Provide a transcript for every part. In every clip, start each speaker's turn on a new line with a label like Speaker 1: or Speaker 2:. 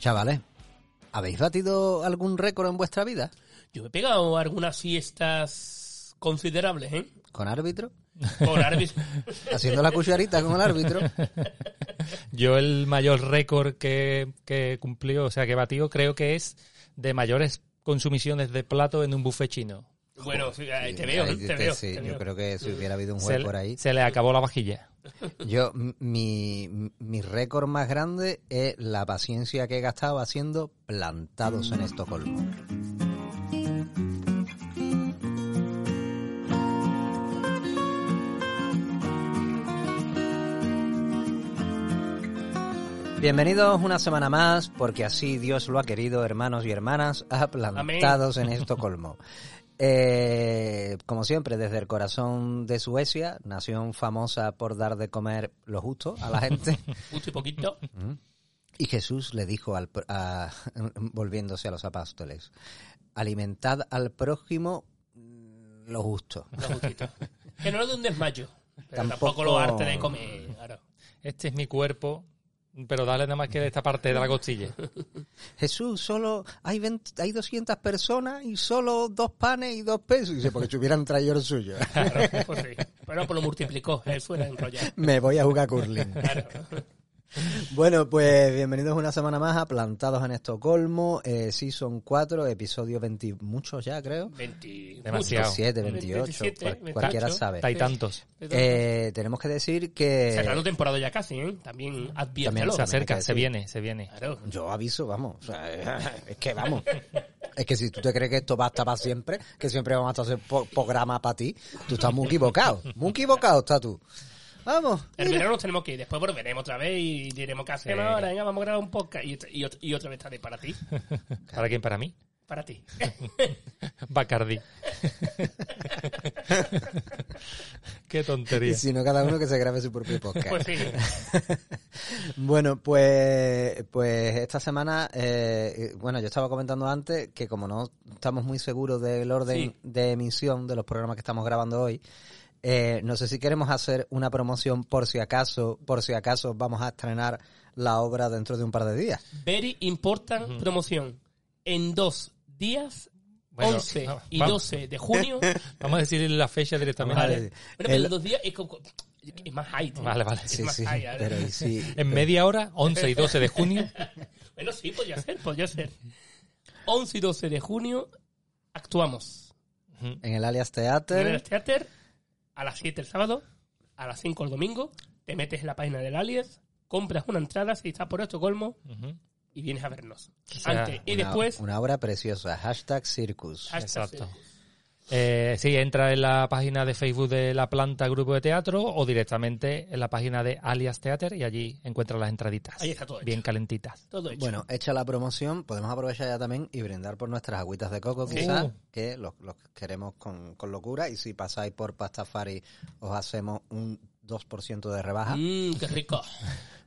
Speaker 1: Chavales, ¿habéis batido algún récord en vuestra vida?
Speaker 2: Yo me he pegado algunas fiestas considerables, ¿eh?
Speaker 1: ¿Con árbitro?
Speaker 2: Con árbitro.
Speaker 1: Haciendo la cucharita con el árbitro.
Speaker 3: Yo el mayor récord que, que cumplió, o sea, que batió, creo que es de mayores consumiciones de plato en un buffet chino.
Speaker 2: Bueno, sí, ahí te veo,
Speaker 1: Ahí
Speaker 2: ¿eh? te veo.
Speaker 1: sí,
Speaker 2: te
Speaker 1: yo
Speaker 2: veo.
Speaker 1: creo que si hubiera habido un
Speaker 3: Se,
Speaker 1: juez
Speaker 3: le-
Speaker 1: por ahí.
Speaker 3: se le acabó la vajilla.
Speaker 1: Yo, m- mi, mi récord más grande es la paciencia que he gastado haciendo plantados en Estocolmo. Bienvenidos una semana más, porque así Dios lo ha querido, hermanos y hermanas, a Plantados en Estocolmo. Eh, como siempre, desde el corazón de Suecia, nación famosa por dar de comer lo justo a la gente.
Speaker 2: Justo y poquito.
Speaker 1: Y Jesús le dijo, al, pr- a- volviéndose a los apóstoles, alimentad al prójimo mm, lo justo.
Speaker 2: lo justito. Que no lo de un desmayo. Pero
Speaker 1: Tampoco-
Speaker 2: tampoco... lo arte de comer. Claro.
Speaker 3: Este es mi cuerpo, pero dale nada más que de esta parte de la costilla.
Speaker 1: Jesús, solo hay, 20 hay 200 personas y solo dos panes y dos pesos. Y dice, porque si hubieran traído el suyo.
Speaker 2: Claro, pues sí. Bueno, pues lo multiplicó. Él fuera enrollado.
Speaker 1: Me voy a jugar curling.
Speaker 2: Claro.
Speaker 1: Bueno, pues bienvenidos una semana más a Plantados en Estocolmo, eh, Season 4, episodio 20, muchos ya creo.
Speaker 2: 20,
Speaker 3: Demasiado.
Speaker 1: 27, 28,
Speaker 2: 27,
Speaker 1: cual- cualquiera
Speaker 2: 28.
Speaker 1: sabe.
Speaker 3: Hay tantos.
Speaker 1: Eh, tenemos que decir que...
Speaker 2: Cerrando temporada ya casi, ¿eh? También adviértelo.
Speaker 3: Se acerca,
Speaker 1: que Ah,
Speaker 3: se
Speaker 1: sí.
Speaker 3: viene, se viene.
Speaker 2: Claro.
Speaker 1: Yo aviso, vamos. o sea, es que vamos. Es que si tú te crees que esto va a estar para siempre, que siempre vamos a hacer po- programa para ti, tú estás muy equivocado. Muy equivocado estás tú. Vamos.
Speaker 2: El verano nos tenemos que ir, después volveremos otra vez y diremos qué hacemos
Speaker 3: Sí.
Speaker 2: ahora, venga, vamos a grabar un podcast y, ot- y ot- y otra vez estaré para ti,
Speaker 3: ¿Para quién? Para mí.
Speaker 2: para ti.
Speaker 3: Bacardi. Qué
Speaker 1: Y
Speaker 3: tontería.
Speaker 1: si no, cada uno que se grabe su propio podcast.
Speaker 2: Pues sí,
Speaker 1: Bueno, pues, pues esta semana, eh, eh, bueno, yo estaba comentando antes que como no estamos muy seguros del orden
Speaker 2: Sí.
Speaker 1: de emisión de los programas que estamos grabando hoy, eh, no sé si queremos hacer una promoción por si acaso, por si acaso vamos a estrenar la obra dentro de un par de días.
Speaker 2: very important promoción. En dos días,
Speaker 3: Bueno,
Speaker 2: 11
Speaker 3: va-
Speaker 2: y
Speaker 3: va-
Speaker 2: 12 de junio,
Speaker 3: Vamos a decir la fecha directamente.
Speaker 1: Vale.
Speaker 2: Vale. Bueno, pero
Speaker 1: El-
Speaker 2: en dos días es, como- es más high. tío.
Speaker 3: Vale, vale.
Speaker 2: ¿eh? Es
Speaker 1: Sí,
Speaker 2: más ¿eh?
Speaker 1: sí,
Speaker 2: high, ahora.
Speaker 1: pero y sí.
Speaker 3: En media hora, 11 y 12 de junio.
Speaker 2: Bueno, sí, podría ser, podría ser. 11 y 12 de junio actuamos
Speaker 1: En el alias
Speaker 2: en
Speaker 1: Theater,
Speaker 2: el Theater a las 7 el sábado, a las 5 el domingo, te metes en la página del Alias, compras una entrada si estás por Estocolmo
Speaker 3: Ujú.
Speaker 2: y vienes a vernos.
Speaker 3: sea,
Speaker 2: Antes y
Speaker 1: una-
Speaker 2: después,
Speaker 1: Una obra preciosa, hashtag circus.
Speaker 2: hashtag
Speaker 3: Exacto.
Speaker 2: sí.
Speaker 3: Eh, sí, entra en la página de Facebook de La Planta Grupo de Teatro o directamente en la página de Alias Theater y allí encuentras las entraditas.
Speaker 2: Ahí está todo hecho.
Speaker 3: Bien calentitas.
Speaker 2: todo hecho.
Speaker 1: Bueno, hecha la promoción, podemos aprovechar ya también y brindar por nuestras agüitas de coco, quizás,
Speaker 3: Uh.
Speaker 1: que los, los queremos con, con locura. Y si pasáis por Pastafari, os hacemos un 2% de rebaja.
Speaker 2: Mmm, qué rico.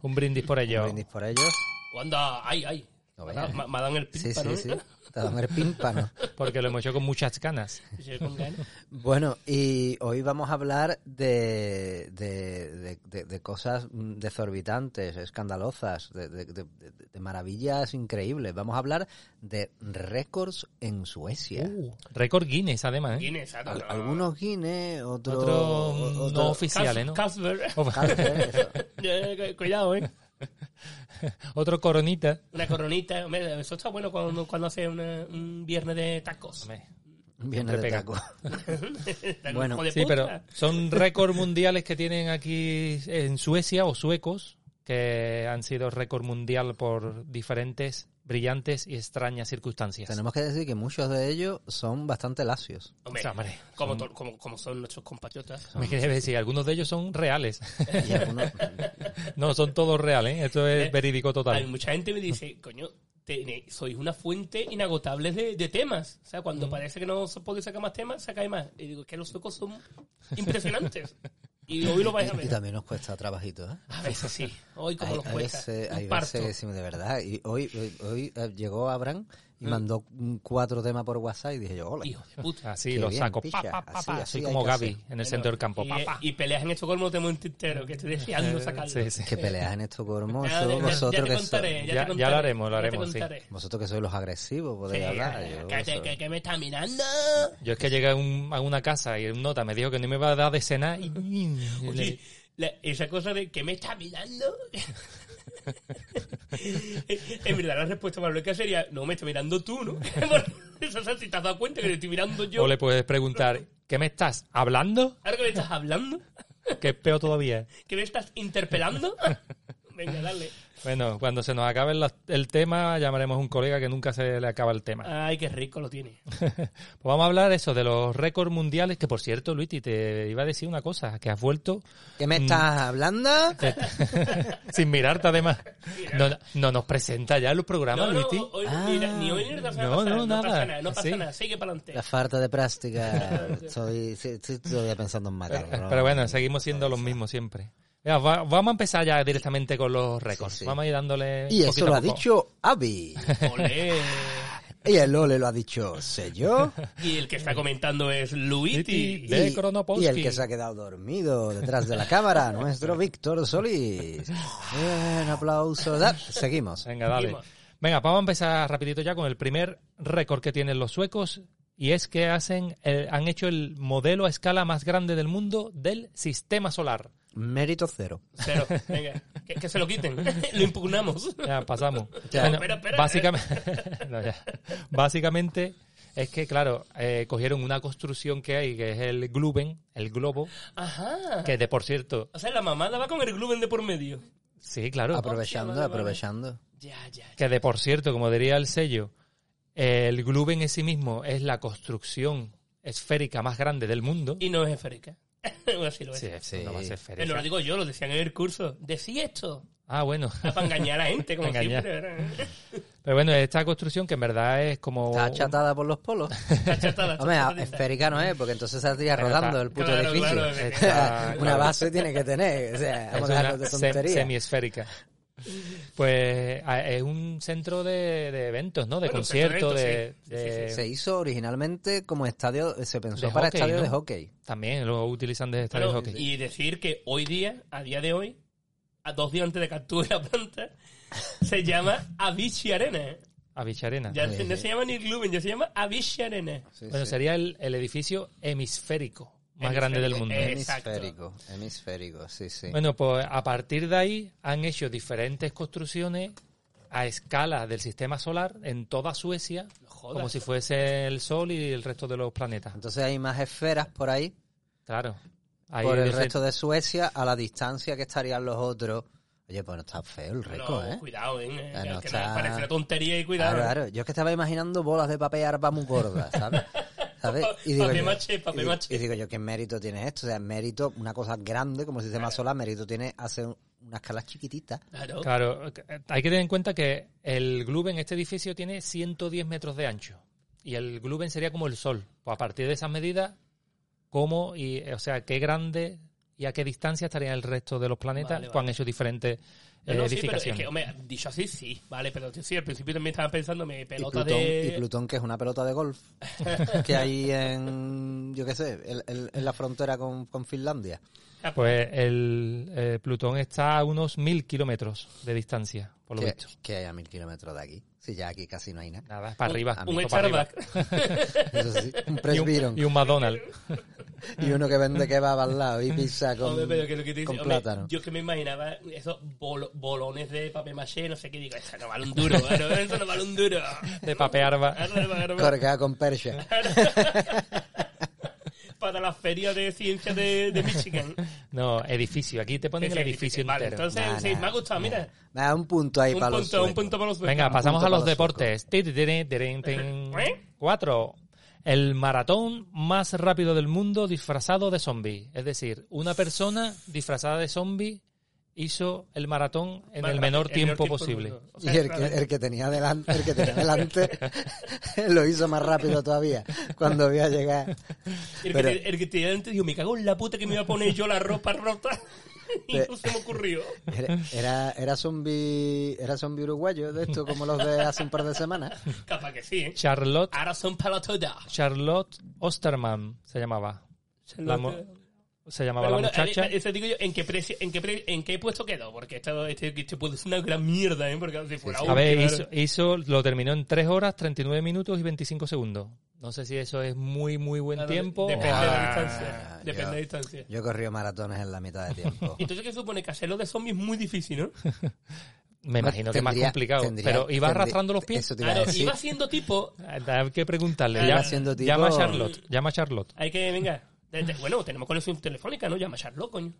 Speaker 3: Un brindis por
Speaker 1: Un
Speaker 3: ello.
Speaker 1: brindis por ellos.
Speaker 2: Anda, ay, ay.
Speaker 1: No
Speaker 2: me,
Speaker 1: veas.
Speaker 2: ha- me ha dado en el
Speaker 1: Sí,
Speaker 2: pímpano. ¿eh?
Speaker 1: sí, sí. Te dan el pímpano.
Speaker 3: Porque lo hemos hecho con muchas ganas.
Speaker 2: sí. Con ganas.
Speaker 1: Bueno, y hoy vamos a hablar de, de, de- de- de cosas mm, desorbitantes, escandalosas, de, de- de- de- de maravillas increíbles. Vamos a hablar de récords en Suecia.
Speaker 3: Uh, Récord Guinness, además. ¿eh?
Speaker 2: Guinness,
Speaker 1: Al-
Speaker 2: anda.
Speaker 1: algunos Guinness, otros...
Speaker 3: Otro, mm,
Speaker 1: otros-
Speaker 3: no oficiales, ¿no?
Speaker 2: Casper. Eh, Cuidado, eh.
Speaker 3: Otro coronita.
Speaker 2: Una coronita. Hombre, eso está bueno cuando, cuando hace una- un viernes de tacos.
Speaker 3: Hombre,
Speaker 1: Viene
Speaker 3: Siempre
Speaker 1: de
Speaker 3: pega.
Speaker 1: taco.
Speaker 2: Tacos
Speaker 1: Bueno,
Speaker 2: hijo de
Speaker 3: Sí, pero
Speaker 2: puta.
Speaker 3: son récords mundiales que tienen aquí en Suecia o suecos, que han sido récord mundial por diferentes brillantes y extrañas circunstancias.
Speaker 1: Tenemos que decir que muchos de ellos son bastante lacios.
Speaker 2: Hombre,
Speaker 3: O sea, hombre,
Speaker 2: como,
Speaker 3: son-
Speaker 2: to- como, como son nuestros compatriotas.
Speaker 3: me quieres decir, algunos de ellos son reales.
Speaker 1: Y algunos-
Speaker 3: No, son todos reales, ¿eh? esto es
Speaker 2: Eh,
Speaker 3: verídico
Speaker 2: Hay
Speaker 3: total.
Speaker 2: mucha gente me dice, coño, tene- sois una fuente inagotable de, de temas. O sea,
Speaker 3: Mm.
Speaker 2: cuando parece que no se puede sacar más temas, sacáis más. Y digo, es que los suecos son impresionantes. y hoy lo vais a
Speaker 1: y, y
Speaker 2: ver.
Speaker 1: también nos cuesta trabajito, ¿eh?
Speaker 2: A veces sí. Hoy como
Speaker 1: Hay,
Speaker 2: nos
Speaker 1: hay
Speaker 2: cuesta.
Speaker 1: veces,
Speaker 2: un
Speaker 1: hay
Speaker 2: parto.
Speaker 1: veces, sí, de verdad. Y hoy, hoy, hoy, eh, llegó Abraham y mandó mm, cuatro temas por WhatsApp y dije yo, hola.
Speaker 2: Hijo de puta.
Speaker 3: Así
Speaker 1: Qué
Speaker 3: lo
Speaker 1: bien,
Speaker 3: saco, pa,
Speaker 1: picha,
Speaker 3: pa, pa,
Speaker 1: así,
Speaker 3: pa,
Speaker 1: así
Speaker 3: soy
Speaker 1: hay
Speaker 3: como
Speaker 1: que
Speaker 3: Gaby
Speaker 1: hacer.
Speaker 3: en el centro del campo.
Speaker 2: Y,
Speaker 3: pa, pa.
Speaker 2: y peleas en este Estocolmo tengo un tintero, que estoy deseando sacarlo.
Speaker 3: Sí, sí.
Speaker 1: Que peleas en esto gormoso,
Speaker 2: Ya- ya- ya
Speaker 1: vosotros
Speaker 2: te
Speaker 1: que sois.
Speaker 2: contaré, ya,
Speaker 3: Ya-
Speaker 2: te contaré.
Speaker 3: ya lo haremos, lo
Speaker 2: ya te
Speaker 3: haremos, sí.
Speaker 2: contaré.
Speaker 1: Vosotros que sois los agresivos, podéis
Speaker 2: Sí,
Speaker 1: hablar.
Speaker 2: ya-
Speaker 1: yo
Speaker 2: que,
Speaker 1: soy-
Speaker 2: que- que me está mirando.
Speaker 3: Yo es que llegué a, un- a una casa y un nota me dijo que no me iba a dar de cenar y... y le-
Speaker 2: Oye, la- esa cosa de que me está mirando. en verdad, la respuesta más lógica sería: No me está mirando tú, ¿no? Eso, o sea, si te has dado cuenta que te estoy mirando yo.
Speaker 3: O le puedes preguntar, ¿qué me estás hablando?
Speaker 2: Ahora que me estás hablando,
Speaker 3: Que es peor todavía.
Speaker 2: que me estás interpelando. Venga, dale.
Speaker 3: Bueno, cuando se nos acabe la- el tema, llamaremos a un colega que nunca se le acaba el tema.
Speaker 2: Ay, qué rico lo tiene.
Speaker 3: Pues vamos a hablar eso, de los récords mundiales, que por cierto, Luiti, te iba a decir una cosa, que has vuelto
Speaker 1: ¿Qué
Speaker 2: Mm.
Speaker 1: me estás hablando?
Speaker 3: sin mirarte además. No, no nos presenta ya los programas,
Speaker 2: No, no,
Speaker 3: Luiti.
Speaker 2: hoy-
Speaker 1: Ah.
Speaker 2: ni, ni hoy ni la semana
Speaker 3: No,
Speaker 2: pasada,
Speaker 3: no,
Speaker 2: pasa
Speaker 3: nada.
Speaker 2: nada, no pasa
Speaker 3: Sí.
Speaker 2: nada, sigue para adelante.
Speaker 1: La falta de práctica. Estoy, sí, estoy todavía pensando en matarlo. ¿no?
Speaker 3: Eh, Pero bueno, seguimos siendo los mismos siempre. Venga, va- vamos a empezar ya directamente con los récords.
Speaker 1: Sí, sí.
Speaker 3: Vamos a ir dándole.
Speaker 1: Y eso
Speaker 3: poquito
Speaker 1: lo
Speaker 3: a
Speaker 1: ha
Speaker 3: poco.
Speaker 1: dicho Abby.
Speaker 2: Olé.
Speaker 1: Y el Ole lo ha dicho, sé yo.
Speaker 2: Y el que está comentando es Luiti.
Speaker 3: Luiti. De
Speaker 1: y,
Speaker 3: Kronopolsky.
Speaker 1: y el que se ha quedado dormido detrás de la cámara, nuestro Víctor Solís. Bien, aplauso. Da- Seguimos.
Speaker 3: Venga, dale.
Speaker 2: Seguimos.
Speaker 3: Venga, vamos a empezar rapidito ya con el primer récord que tienen los suecos y es que hacen el- han hecho el modelo a escala más grande del mundo del sistema solar.
Speaker 1: Mérito cero.
Speaker 2: Cero, venga, que, que se lo quiten. lo impugnamos.
Speaker 3: Ya pasamos.
Speaker 1: Ya.
Speaker 3: Bueno,
Speaker 2: Espera, espera.
Speaker 3: básicamente, No, ya. básicamente es que claro, eh, cogieron una construcción que hay que es el Gluben, el globo,
Speaker 2: Ajá.
Speaker 3: que de por cierto,
Speaker 2: O sea, la mamada va con el gluten de por medio.
Speaker 3: sí,
Speaker 1: Ah,
Speaker 3: claro,
Speaker 1: Aprovechando,
Speaker 2: vale, vale.
Speaker 1: aprovechando.
Speaker 3: Oh.
Speaker 2: Ya, ya.
Speaker 3: que de por cierto, como diría el sello, el Gluben en sí mismo es la construcción esférica más grande del mundo.
Speaker 2: Y no es esférica. bueno, sí lo es.
Speaker 3: Sí, es una base esférica.
Speaker 2: Eh, no lo digo yo, lo decían en el curso. Decí esto.
Speaker 3: Ah, bueno.
Speaker 2: Para engañar a la gente, como
Speaker 3: Engañar.
Speaker 2: siempre, ¿verdad?
Speaker 3: Pero bueno, esta construcción que en verdad es como...
Speaker 1: Está achatada por los polos.
Speaker 2: Está chatada, está
Speaker 1: Hombre,
Speaker 2: chatada.
Speaker 1: esférica no es, porque entonces saldría rodando el puto
Speaker 2: Claro,
Speaker 1: edificio.
Speaker 2: claro, que sí.
Speaker 3: Está-
Speaker 1: Una
Speaker 3: claro,
Speaker 1: base tiene que tener. O sea,
Speaker 3: es
Speaker 1: vamos a
Speaker 3: una
Speaker 1: dejarnos de
Speaker 3: se-
Speaker 1: tonterías.
Speaker 3: semiesférica. Pues a- es un centro de, de eventos, ¿no? De
Speaker 2: Bueno,
Speaker 3: conciertos, de...
Speaker 2: sí. Sí,
Speaker 3: de-
Speaker 1: Se hizo originalmente como estadio, se pensó
Speaker 3: De
Speaker 1: para
Speaker 3: hockey,
Speaker 1: estadio
Speaker 3: ¿no?
Speaker 1: de hockey.
Speaker 3: También lo utilizan desde
Speaker 2: Bueno,
Speaker 3: estadios de hockey.
Speaker 2: Y decir que hoy día, a día de hoy, a dos días antes de que actúe la planta, se llama Avicii Arena.
Speaker 3: A Vicharena.
Speaker 2: Ya
Speaker 1: Sí,
Speaker 2: no
Speaker 1: sí.
Speaker 2: se llama ni Gluben, ya se llama Avicii Arena.
Speaker 3: Bueno, sería el, el edificio hemisférico más
Speaker 2: Hemisférico,
Speaker 3: grande del mundo.
Speaker 2: eh. Exacto.
Speaker 1: Hemisférico, hemisférico, sí, sí.
Speaker 3: Bueno, pues a partir de ahí han hecho diferentes construcciones a escala del sistema solar en toda Suecia,
Speaker 2: No jodas.
Speaker 3: como si fuese el Sol y el resto de los planetas.
Speaker 1: Entonces hay más esferas por ahí,
Speaker 3: Claro. Ahí
Speaker 1: por el
Speaker 3: dice-
Speaker 1: resto de Suecia, a la distancia que estarían los otros. Oye, pues no está feo el récord,
Speaker 2: No,
Speaker 1: ¿eh?
Speaker 2: Cuidado, ¿eh?
Speaker 1: Ah, no,
Speaker 2: que
Speaker 1: está-
Speaker 2: no parece una tontería y cuidado.
Speaker 1: Claro, claro. Yo es que estaba imaginando bolas de papel arba muy gordas, ¿sabes? ¿Sabes?
Speaker 2: Papel
Speaker 1: yo-
Speaker 2: maché, papel
Speaker 1: y di-
Speaker 2: maché.
Speaker 1: y digo yo, ¿qué mérito tiene esto? O sea, mérito, una cosa grande como el sistema solar, mérito tiene hacer una escala chiquitita.
Speaker 2: Claro.
Speaker 3: Claro, hay que tener en cuenta que el Gluben, este edificio, tiene 110 metros de ancho. Y el Gluben sería como el Sol. Pues a partir de esas medidas, ¿cómo y, eh, o sea, qué grande y a qué distancia estarían el resto de los planetas?
Speaker 2: Vale,
Speaker 3: Pues
Speaker 2: vale.
Speaker 3: han hecho diferentes
Speaker 2: No,
Speaker 3: eh,
Speaker 2: no, sí, pero es
Speaker 3: edificaciones.
Speaker 2: que, hombre, dicho así, sí, vale, pero yo sí, al principio también estaba pensando, me
Speaker 1: Y
Speaker 2: pelota
Speaker 1: Plutón,
Speaker 2: de...
Speaker 1: y Plutón, que es una pelota de golf, que hay en, yo qué sé, en, en- en la frontera con, con Finlandia.
Speaker 3: Pues el eh, Plutón está a unos mil kilómetros de distancia, por lo
Speaker 1: Que,
Speaker 3: visto.
Speaker 1: que hay a mil kilómetros de aquí. Si ya aquí casi no hay nada.
Speaker 3: Nada, para arriba.
Speaker 2: un
Speaker 3: todo para arriba.
Speaker 2: Starbucks.
Speaker 1: Eso sí, un
Speaker 3: Y un,
Speaker 1: presbiron
Speaker 3: y un McDonald's.
Speaker 1: y uno que vende kebab al lado y pizza con,
Speaker 2: Hombre, pero que lo que te dice,
Speaker 1: con
Speaker 2: hombre,
Speaker 1: plátano.
Speaker 2: yo que me imaginaba esos bol- bolones de papel maché, no sé qué, digo, eso no vale un duro, claro, eso no vale un duro.
Speaker 3: De papearba.
Speaker 2: Ahora le va a agarrar-
Speaker 1: Corcada con percha.
Speaker 2: Para para la feria de ciencia de, de Michigan.
Speaker 3: No, edificio. Aquí te ponen el
Speaker 2: Ese-
Speaker 3: edificio
Speaker 2: Vale,
Speaker 3: entero.
Speaker 2: entonces
Speaker 1: Nah,
Speaker 2: sí,
Speaker 1: nah,
Speaker 2: me ha gustado, mira.
Speaker 1: Me da un punto ahí
Speaker 2: Un
Speaker 1: para los
Speaker 2: punto, un
Speaker 1: suecos.
Speaker 2: punto para los suecos.
Speaker 3: Venga,
Speaker 1: Un
Speaker 3: pasamos
Speaker 1: punto
Speaker 3: a los
Speaker 1: para los
Speaker 3: deportes. Tiri, tiri, tiri, tin.
Speaker 2: ¿Eh?
Speaker 3: Cuatro. El maratón más rápido del mundo disfrazado de zombie. Es decir, una persona disfrazada de zombie hizo el maratón en
Speaker 2: Vale,
Speaker 3: el menor
Speaker 2: el
Speaker 3: tiempo
Speaker 2: del
Speaker 3: posible.
Speaker 2: mundo. O sea,
Speaker 1: Y el que,
Speaker 2: claro,
Speaker 1: el que tenía delante, el que tenía delante lo hizo más rápido todavía cuando vio a llegar.
Speaker 2: el que
Speaker 1: pero-
Speaker 2: te- el que te delante dijo, me cago en la puta que me iba a poner yo la ropa rota. y
Speaker 1: Te-
Speaker 2: no se me ocurrió.
Speaker 1: Era, era, era zombi era zombi uruguayo de esto, como los de hace un par de semanas.
Speaker 2: Capaz que sí, ¿eh?
Speaker 3: Charlotte,
Speaker 2: Ahora son para todas.
Speaker 3: Charlotte Osterman se llamaba. La mo- se llamaba
Speaker 2: Pero bueno,
Speaker 3: la muchacha.
Speaker 2: eh, eh, eso digo yo, ¿en qué, precio, en, qué pre- ¿en qué puesto quedó? Porque esto, este, este puesto es una gran mierda, ¿eh? Porque si fuera
Speaker 3: A
Speaker 2: un
Speaker 3: ver,
Speaker 2: claro.
Speaker 3: hizo, hizo- lo terminó en 3 horas, 39 minutos y 25 segundos. No sé si eso es muy, muy buen
Speaker 2: Claro,
Speaker 3: tiempo.
Speaker 2: Depende
Speaker 3: o-
Speaker 2: de la
Speaker 1: Ah,
Speaker 2: distancia. Depende
Speaker 1: yo-
Speaker 2: de la distancia.
Speaker 1: Yo he corrido maratones en la mitad de tiempo.
Speaker 2: Entonces, ¿qué supone? Que hacerlo de zombies es muy difícil, ¿no?
Speaker 3: Me imagino que más
Speaker 1: Tendría-
Speaker 3: complicado.
Speaker 1: tendría-
Speaker 3: pero iba
Speaker 1: tendría-
Speaker 3: arrastrando los pies.
Speaker 1: Eso te iba
Speaker 2: Claro,
Speaker 1: a decir.
Speaker 2: Ah, iba siendo tipo...
Speaker 3: Hay que preguntarle.
Speaker 2: Iba
Speaker 3: Llama,
Speaker 1: siendo tipo-
Speaker 3: llama a Charlotte. Llama a Charlotte.
Speaker 2: Hay que, venga... de- de- bueno, tenemos conexión telefónica, ¿no? Llama a Charlotte, coño.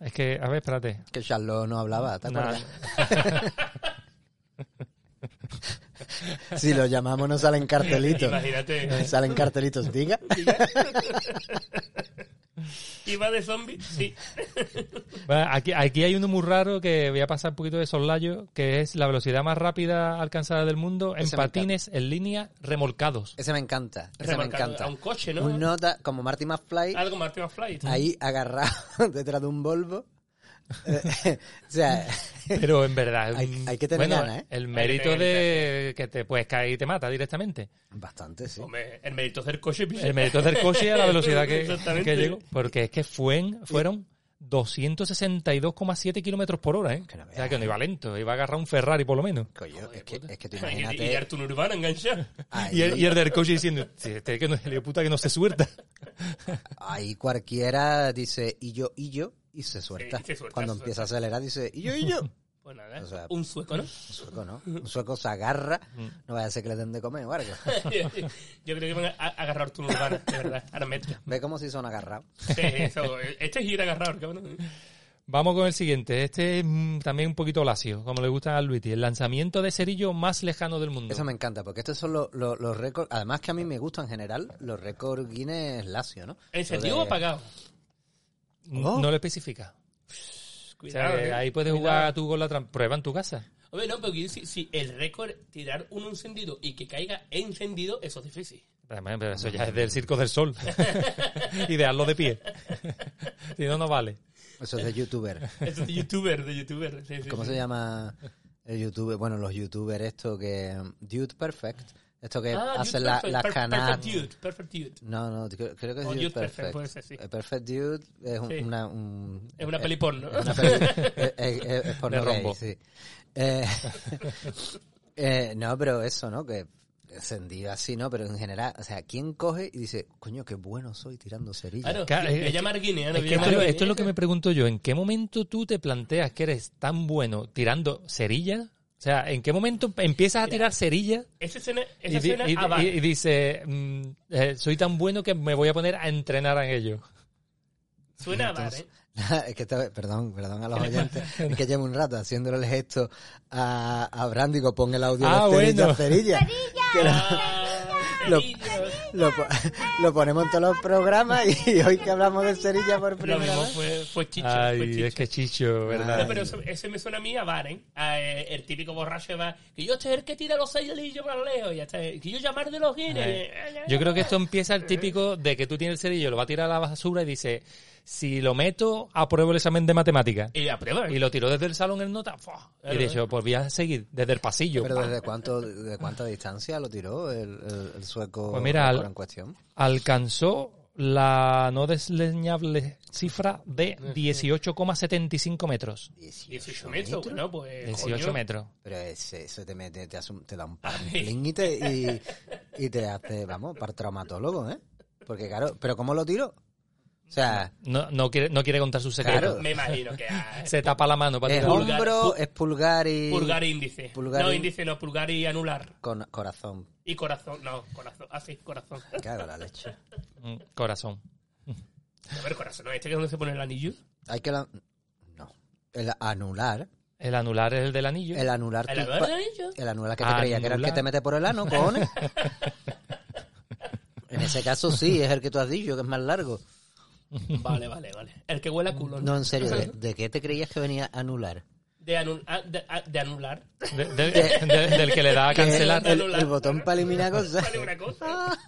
Speaker 3: Es que, a ver, espérate.
Speaker 1: Que Charlotte no hablaba, ¿te acuerdas? Si lo llamamos no salen cartelitos.
Speaker 2: Imagínate.
Speaker 1: Salen cartelitos, diga.
Speaker 2: ¿Iba de zombies? Sí.
Speaker 3: Va, Aquí, aquí hay uno muy raro que voy a pasar un poquito de soslayo, que es la velocidad más rápida alcanzada del mundo en
Speaker 1: Ese me encanta.
Speaker 3: patines en línea remolcados.
Speaker 1: Ese me encanta, ese me
Speaker 2: Remarcado,
Speaker 1: encanta.
Speaker 2: A un coche, ¿no?
Speaker 1: Un nota como Marty McFly
Speaker 2: Algo Martin Flight.
Speaker 1: ahí agarrado detrás de un Volvo. Eh, o sea,
Speaker 3: Pero en verdad,
Speaker 1: Hay-
Speaker 3: mm,
Speaker 1: hay que tener
Speaker 3: bueno,
Speaker 1: ganas, ¿eh?
Speaker 3: el mérito de que te puedes caer y te mata directamente.
Speaker 1: bastante, sí.
Speaker 2: Hombre, el mérito del coche... bicho.
Speaker 3: El mérito del coche a la velocidad que,
Speaker 2: Exactamente.
Speaker 3: que llegó. Porque es que fuen- fueron 262,7 kilómetros por hora, ¿eh?
Speaker 1: Que no veas.
Speaker 3: O sea, que no iba lento, iba a agarrar un Ferrari por lo menos.
Speaker 1: Coño, es, que, es que tú
Speaker 2: Y, y
Speaker 1: imagínate.
Speaker 2: Arturo Urbana enganchado.
Speaker 1: ahí-
Speaker 3: Y el, y el del coche diciendo, "Sí, este que no, el hijo puta que no se suelta.
Speaker 1: Ahí cualquiera dice y yo, y yo, y se suelta.
Speaker 2: Sí, se suelta,
Speaker 1: Cuando
Speaker 2: se
Speaker 1: empieza a acelerar, dice y yo, y yo. Un
Speaker 2: Pues nada,
Speaker 1: O sea,
Speaker 2: un sueco, ¿no?
Speaker 1: sueco, ¿no? Un sueco se agarra, no vaya a ser que le den de comer o algo.
Speaker 2: Yo creo que van a a- agarrar tu urbana, de verdad. Ahora metro.
Speaker 1: Ve cómo se son agarrados.
Speaker 2: Sí, eso. Este es ir agarrado, cabrón.
Speaker 3: Vamos con el siguiente. Este es mm, también un poquito lacio, como le gusta a Luiti. El lanzamiento de cerillo más lejano del mundo.
Speaker 1: Eso me encanta, porque estos son los, los- los récords. Además, que a mí me gustan en general los récords Guinness Lazio, ¿no?
Speaker 2: ¿Encendido
Speaker 1: Lo
Speaker 2: o
Speaker 1: de-
Speaker 2: apagado?
Speaker 3: No
Speaker 1: Oh.
Speaker 3: no lo especifica. O sea, que
Speaker 2: eh.
Speaker 3: ahí puedes
Speaker 2: Cuidado.
Speaker 3: jugar tú con la tram- prueba en tu casa.
Speaker 2: Hombre, no, pero si, si el récord tirar uno encendido y que caiga encendido, eso es difícil.
Speaker 3: Además, pero eso ya es del Circo del Sol. Idearlo de pie. si no, no vale.
Speaker 1: Eso es de youtuber.
Speaker 2: Eso es de youtuber, de youtuber. Sí, sí,
Speaker 1: ¿Cómo
Speaker 2: sí.
Speaker 1: se llama el youtuber? Bueno, los youtubers, esto que. Dude Perfect. Esto que
Speaker 2: Ah,
Speaker 1: hacen
Speaker 2: dude,
Speaker 1: la-
Speaker 2: perfect,
Speaker 1: las
Speaker 2: per-
Speaker 1: canas.
Speaker 2: Perfect dude, perfect dude.
Speaker 1: No, no, creo, creo que es
Speaker 2: O
Speaker 1: Dude
Speaker 2: Dude Perfect,
Speaker 1: Perfect.
Speaker 2: puede ser, sí.
Speaker 1: Eh, Perfect Dude es un-
Speaker 2: Sí.
Speaker 1: una. un-
Speaker 2: Es una
Speaker 1: eh,
Speaker 2: peli porno.
Speaker 1: es una peli- eh, eh, eh, es porno
Speaker 3: De
Speaker 1: gay,
Speaker 3: rombo.
Speaker 1: sí. Eh, eh, no, pero eso, ¿no? Que encendido así, ¿no? Pero en general, o sea, ¿quién coge y dice, coño, qué bueno soy tirando cerillas?
Speaker 2: Claro,
Speaker 3: Claro,
Speaker 2: le, le
Speaker 3: es
Speaker 2: llama Arguine, ¿no?
Speaker 3: Es
Speaker 2: Le
Speaker 3: que
Speaker 2: llama
Speaker 3: esto,
Speaker 2: Arguine.
Speaker 3: esto es lo que me pregunto yo. ¿En qué momento tú te planteas que eres tan bueno tirando cerillas? O sea, ¿en qué momento empiezas a tirar cerillas?
Speaker 2: Esa escena,
Speaker 3: Y,
Speaker 2: esa
Speaker 3: di-
Speaker 2: escena
Speaker 3: y-
Speaker 2: ah, va.
Speaker 3: y- y dice, mm, eh, soy tan bueno que me voy a poner a entrenar en ello.
Speaker 2: suena a bar, ¿eh?
Speaker 1: es que estaba- perdón, perdón a los oyentes, es que llevo un rato haciéndole el gesto a, a Bran, digo, pon el audio
Speaker 3: Ah,
Speaker 1: de cerilla,
Speaker 3: bueno.
Speaker 1: cerilla. Que lo-
Speaker 2: Ah,
Speaker 1: Lo-
Speaker 2: cerillos.
Speaker 1: lo, po- lo ponemos en todos los programas y hoy que hablamos de cerilla por
Speaker 2: Lo
Speaker 1: primera
Speaker 2: mismo
Speaker 1: vez.
Speaker 2: fue, fue chicho. fue
Speaker 3: Ay,
Speaker 2: chicho.
Speaker 3: es que chicho, ¿verdad?
Speaker 1: Ay.
Speaker 2: No, pero eso, eso me suena a mí a bar, ¿eh? A, eh, el típico borracho va, que yo este es el que tira los cerillos para lejos, y hasta, que yo llamar de los guines. eh,
Speaker 3: Yo creo que esto empieza el típico de que tú tienes el cerillo, lo va a tirar a la basura y dice, si lo meto, apruebo el examen de matemática.
Speaker 2: Y a prueba.
Speaker 3: Y lo tiró desde el salón en nota. ¡fua! Y de
Speaker 2: ¿eh?
Speaker 3: hecho, pues voy a seguir desde el pasillo.
Speaker 1: Pero
Speaker 3: ¡pa!
Speaker 1: ¿desde cuánto, de cuánta distancia lo tiró el, el- el sueco
Speaker 3: Pues mira,
Speaker 1: récord
Speaker 3: al-
Speaker 1: en cuestión?
Speaker 3: Alcanzó la no desleñable cifra de 18,75 metros.
Speaker 2: 18 metros, bueno, pues.
Speaker 3: 18
Speaker 2: coño.
Speaker 3: metros.
Speaker 1: Pero ese, eso te, mete, te, hace un- te da un pamplín y te, y, y te hace, vamos, para traumatólogo, ¿eh? Porque claro, ¿pero cómo lo tiró? O sea,
Speaker 3: No, no, quiere, no quiere contar su secreto.
Speaker 1: Claro.
Speaker 2: Me imagino que. ah,
Speaker 3: Se tapa la mano para
Speaker 1: es
Speaker 3: tirar.
Speaker 2: Pulgar,
Speaker 1: hombro,
Speaker 2: pu-
Speaker 1: es pulgar y...
Speaker 2: Pulgar e índice.
Speaker 1: Pulgar
Speaker 2: no,
Speaker 1: y-
Speaker 2: índice no, pulgar y anular.
Speaker 1: Con corazón.
Speaker 2: Y corazón, no, corazón, así, corazón.
Speaker 1: Me Cago en la leche.
Speaker 3: Mm, Corazón.
Speaker 2: A ver, corazón, ¿no? ¿este que es donde se pone el anillo?
Speaker 1: Hay que... la- No. El anular.
Speaker 3: El anular es el del anillo.
Speaker 1: El anular.
Speaker 2: ¿El
Speaker 1: tu
Speaker 2: anular
Speaker 1: pa-
Speaker 2: del anillo?
Speaker 1: El anular que te creía que era el que
Speaker 3: Anular.
Speaker 1: te mete por el ano, cojones. en ese caso sí, es el que tú has dicho, que es más largo.
Speaker 2: Vale, vale, vale. El que huele a culo.
Speaker 1: No, en serio, ¿de, de qué te creías que venía anular?
Speaker 2: De, anul- ah, de- ah, de anular.
Speaker 3: De- de- de- del que le da a cancelar,
Speaker 1: El, el botón para eliminar cosas.
Speaker 2: Vale, una cosa.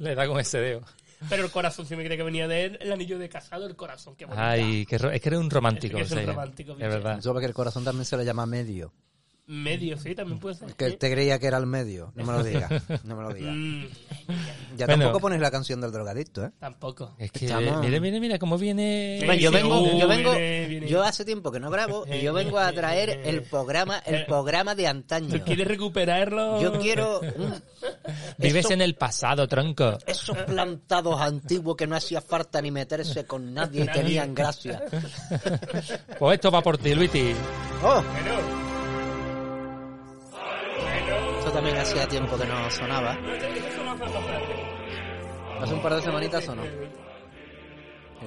Speaker 3: le da con ese dedo.
Speaker 2: Pero el corazón, si me cree que venía de él, el anillo de casado, el corazón, qué bonita.
Speaker 3: Ay, que es que eres un romántico.
Speaker 2: Es que es un
Speaker 3: o sea,
Speaker 2: romántico,
Speaker 3: es
Speaker 2: bicho.
Speaker 3: verdad.
Speaker 1: Solo que el corazón también se le llama medio.
Speaker 2: Medio, sí, también puede ser.
Speaker 1: Que te creía que era el medio. No me lo digas. No me lo digas.
Speaker 2: Mm,
Speaker 1: Ya
Speaker 3: Bueno.
Speaker 1: tampoco pones la canción del drogadicto, ¿eh?
Speaker 2: tampoco.
Speaker 3: Es que,
Speaker 1: Estamos-
Speaker 3: mira, mira, mira cómo viene.
Speaker 2: Sí,
Speaker 1: Bueno, yo
Speaker 2: sí,
Speaker 1: vengo,
Speaker 2: uh,
Speaker 1: yo vengo,
Speaker 2: viene, viene.
Speaker 1: yo hace tiempo que no grabo y yo vengo a traer el programa, el
Speaker 2: Eh,
Speaker 1: programa de
Speaker 2: ¿Tú
Speaker 1: antaño.
Speaker 2: quieres recuperarlo?
Speaker 1: Yo quiero un-
Speaker 3: Vives
Speaker 1: esto-
Speaker 3: en el pasado, tronco.
Speaker 1: esos plantados antiguos que no hacía falta ni meterse con nadie y tenían gracia.
Speaker 3: Pues esto va por ti, Luiti.
Speaker 1: Oh,
Speaker 2: Bueno,
Speaker 1: esto también hacía tiempo que no sonaba. Hace un par de semanitas o no.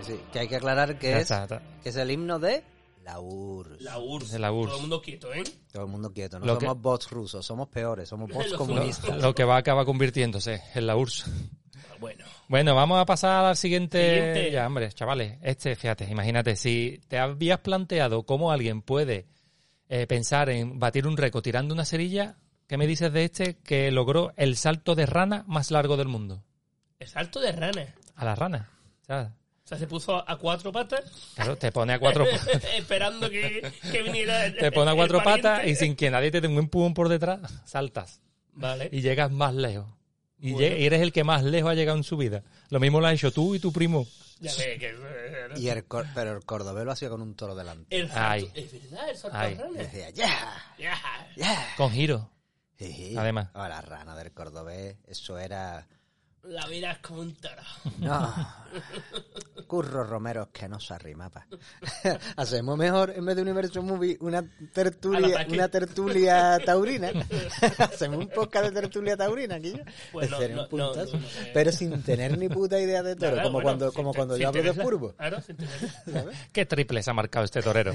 Speaker 1: Sí, que hay que aclarar que
Speaker 3: Ya
Speaker 1: es,
Speaker 3: está, está.
Speaker 1: que es el himno de la URSS.
Speaker 2: la URSS.
Speaker 3: De la URSS.
Speaker 2: Todo el mundo quieto, ¿eh?
Speaker 1: Todo el mundo quieto, no
Speaker 3: Lo que-
Speaker 1: somos bots rusos, somos peores, somos bots
Speaker 2: Los
Speaker 1: comunistas.
Speaker 3: Lo, lo que va acaba convirtiéndose en la URSS.
Speaker 2: Bueno.
Speaker 3: Bueno, vamos a pasar al siguiente.
Speaker 2: Siguiente.
Speaker 3: Ya, hombre, chavales. Este, fíjate, imagínate, si te habías planteado cómo alguien puede eh, pensar en batir un récord tirando una cerilla, ¿qué me dices de este que logró el salto de rana más largo del mundo?
Speaker 2: El salto de rana.
Speaker 3: A la rana. ¿sabes?
Speaker 2: O sea, se puso a- a cuatro patas,
Speaker 3: Claro, te pone a cuatro,
Speaker 2: esperando que, que viniera. el-
Speaker 3: te pone a
Speaker 2: el
Speaker 3: cuatro
Speaker 2: pariente.
Speaker 3: patas y sin que nadie te dé un empujón por detrás, saltas
Speaker 2: Vale.
Speaker 3: y llegas más lejos. Y
Speaker 2: Bueno.
Speaker 3: lleg- y eres el que más lejos ha llegado en su vida. Lo mismo lo has hecho tú y tu primo.
Speaker 2: Ya ve que. eh,
Speaker 1: Y el cor- pero el cordobés lo hacía con un toro delante.
Speaker 2: El
Speaker 3: Ay.
Speaker 2: salto. Es verdad, el salto
Speaker 3: Ay.
Speaker 2: de rana.
Speaker 1: Decía, ya,
Speaker 2: Ya.
Speaker 1: ya.
Speaker 3: Con giro.
Speaker 1: Sí, sí.
Speaker 3: Además.
Speaker 1: Ah, la rana del cordobés, eso era...
Speaker 2: La miras como un toro.
Speaker 1: No. Curro Romero que no se arrimaba. Hacemos mejor, en vez de Universo Movie, una
Speaker 2: Al
Speaker 1: tertulia,
Speaker 2: ataque.
Speaker 1: una tertulia taurina. Hacemos un podcast de tertulia taurina aquí.
Speaker 2: Pues no,
Speaker 1: Sería un
Speaker 2: no, no,
Speaker 1: puntazo.
Speaker 2: no, no, no.
Speaker 1: Pero sin tener ni puta idea de toro,
Speaker 2: Nada,
Speaker 1: como
Speaker 2: bueno,
Speaker 1: cuando,
Speaker 2: si
Speaker 1: como
Speaker 2: te-
Speaker 1: cuando
Speaker 2: si
Speaker 1: yo hablo de
Speaker 2: interesa.
Speaker 1: furbo.
Speaker 2: Claro, si interesa.
Speaker 3: ¿Qué triples ha marcado este torero?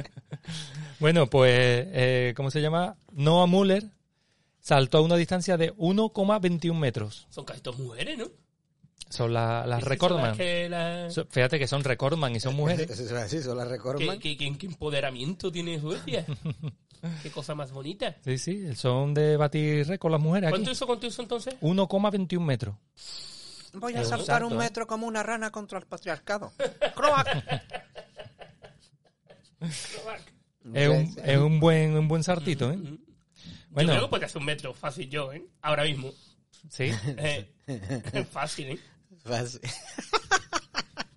Speaker 3: bueno, pues, eh, ¿cómo se llama? Noah Muller saltó a una distancia de 1,21 metros.
Speaker 2: Son casi todas mujeres, ¿no?
Speaker 3: Son la- las
Speaker 2: Sí, sí,
Speaker 3: recordman.
Speaker 2: son las que la-
Speaker 3: So- Fíjate que Ah, son recordman y son mujeres.
Speaker 1: Eso es así, son las
Speaker 2: ¿Qué,
Speaker 1: recorman.
Speaker 2: qué, qué- qué empoderamiento tiene Suecia? qué cosa más bonita.
Speaker 3: Sí, sí, son de batir récord las mujeres aquí.
Speaker 2: ¿Cuánto hizo, cuánto hizo entonces?
Speaker 3: 1,21 metros.
Speaker 1: Voy
Speaker 3: Es un salto, ¿eh?
Speaker 1: metro como una rana contra el patriarcado. ¡Croac!
Speaker 3: Es
Speaker 1: Pues Sí,
Speaker 3: un,
Speaker 1: sí.
Speaker 3: es un buen, un buen sartito,
Speaker 2: Mm,
Speaker 3: ¿eh?
Speaker 2: Bueno. Yo creo
Speaker 3: Bueno,
Speaker 2: que podría hacer un metro fácil yo, ¿eh? Ahora mismo.
Speaker 3: sí.
Speaker 2: Eh, fácil, ¿eh?
Speaker 1: Fácil.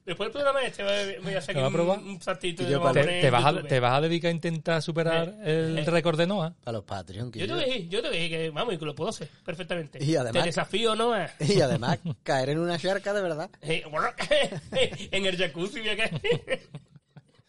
Speaker 2: Después del programa este voy a- voy a
Speaker 3: ¿Lo
Speaker 2: sacar
Speaker 3: vas a probar?
Speaker 2: un, un saltito
Speaker 1: Y
Speaker 2: de
Speaker 1: yo
Speaker 2: vamos a
Speaker 3: Te,
Speaker 2: poner
Speaker 3: te
Speaker 2: en
Speaker 3: vas a,
Speaker 2: YouTube.
Speaker 3: te vas a dedicar a intentar superar el récord de Noah.
Speaker 1: Para los Patreon. que
Speaker 2: Yo te
Speaker 1: yo-
Speaker 2: dije, yo te dije que vamos y que lo puedo hacer perfectamente.
Speaker 1: Y además-
Speaker 2: Te desafío, ¿no? A-
Speaker 1: Y además, caer en una charca de verdad.
Speaker 2: Eh, en el jacuzzi, mira que...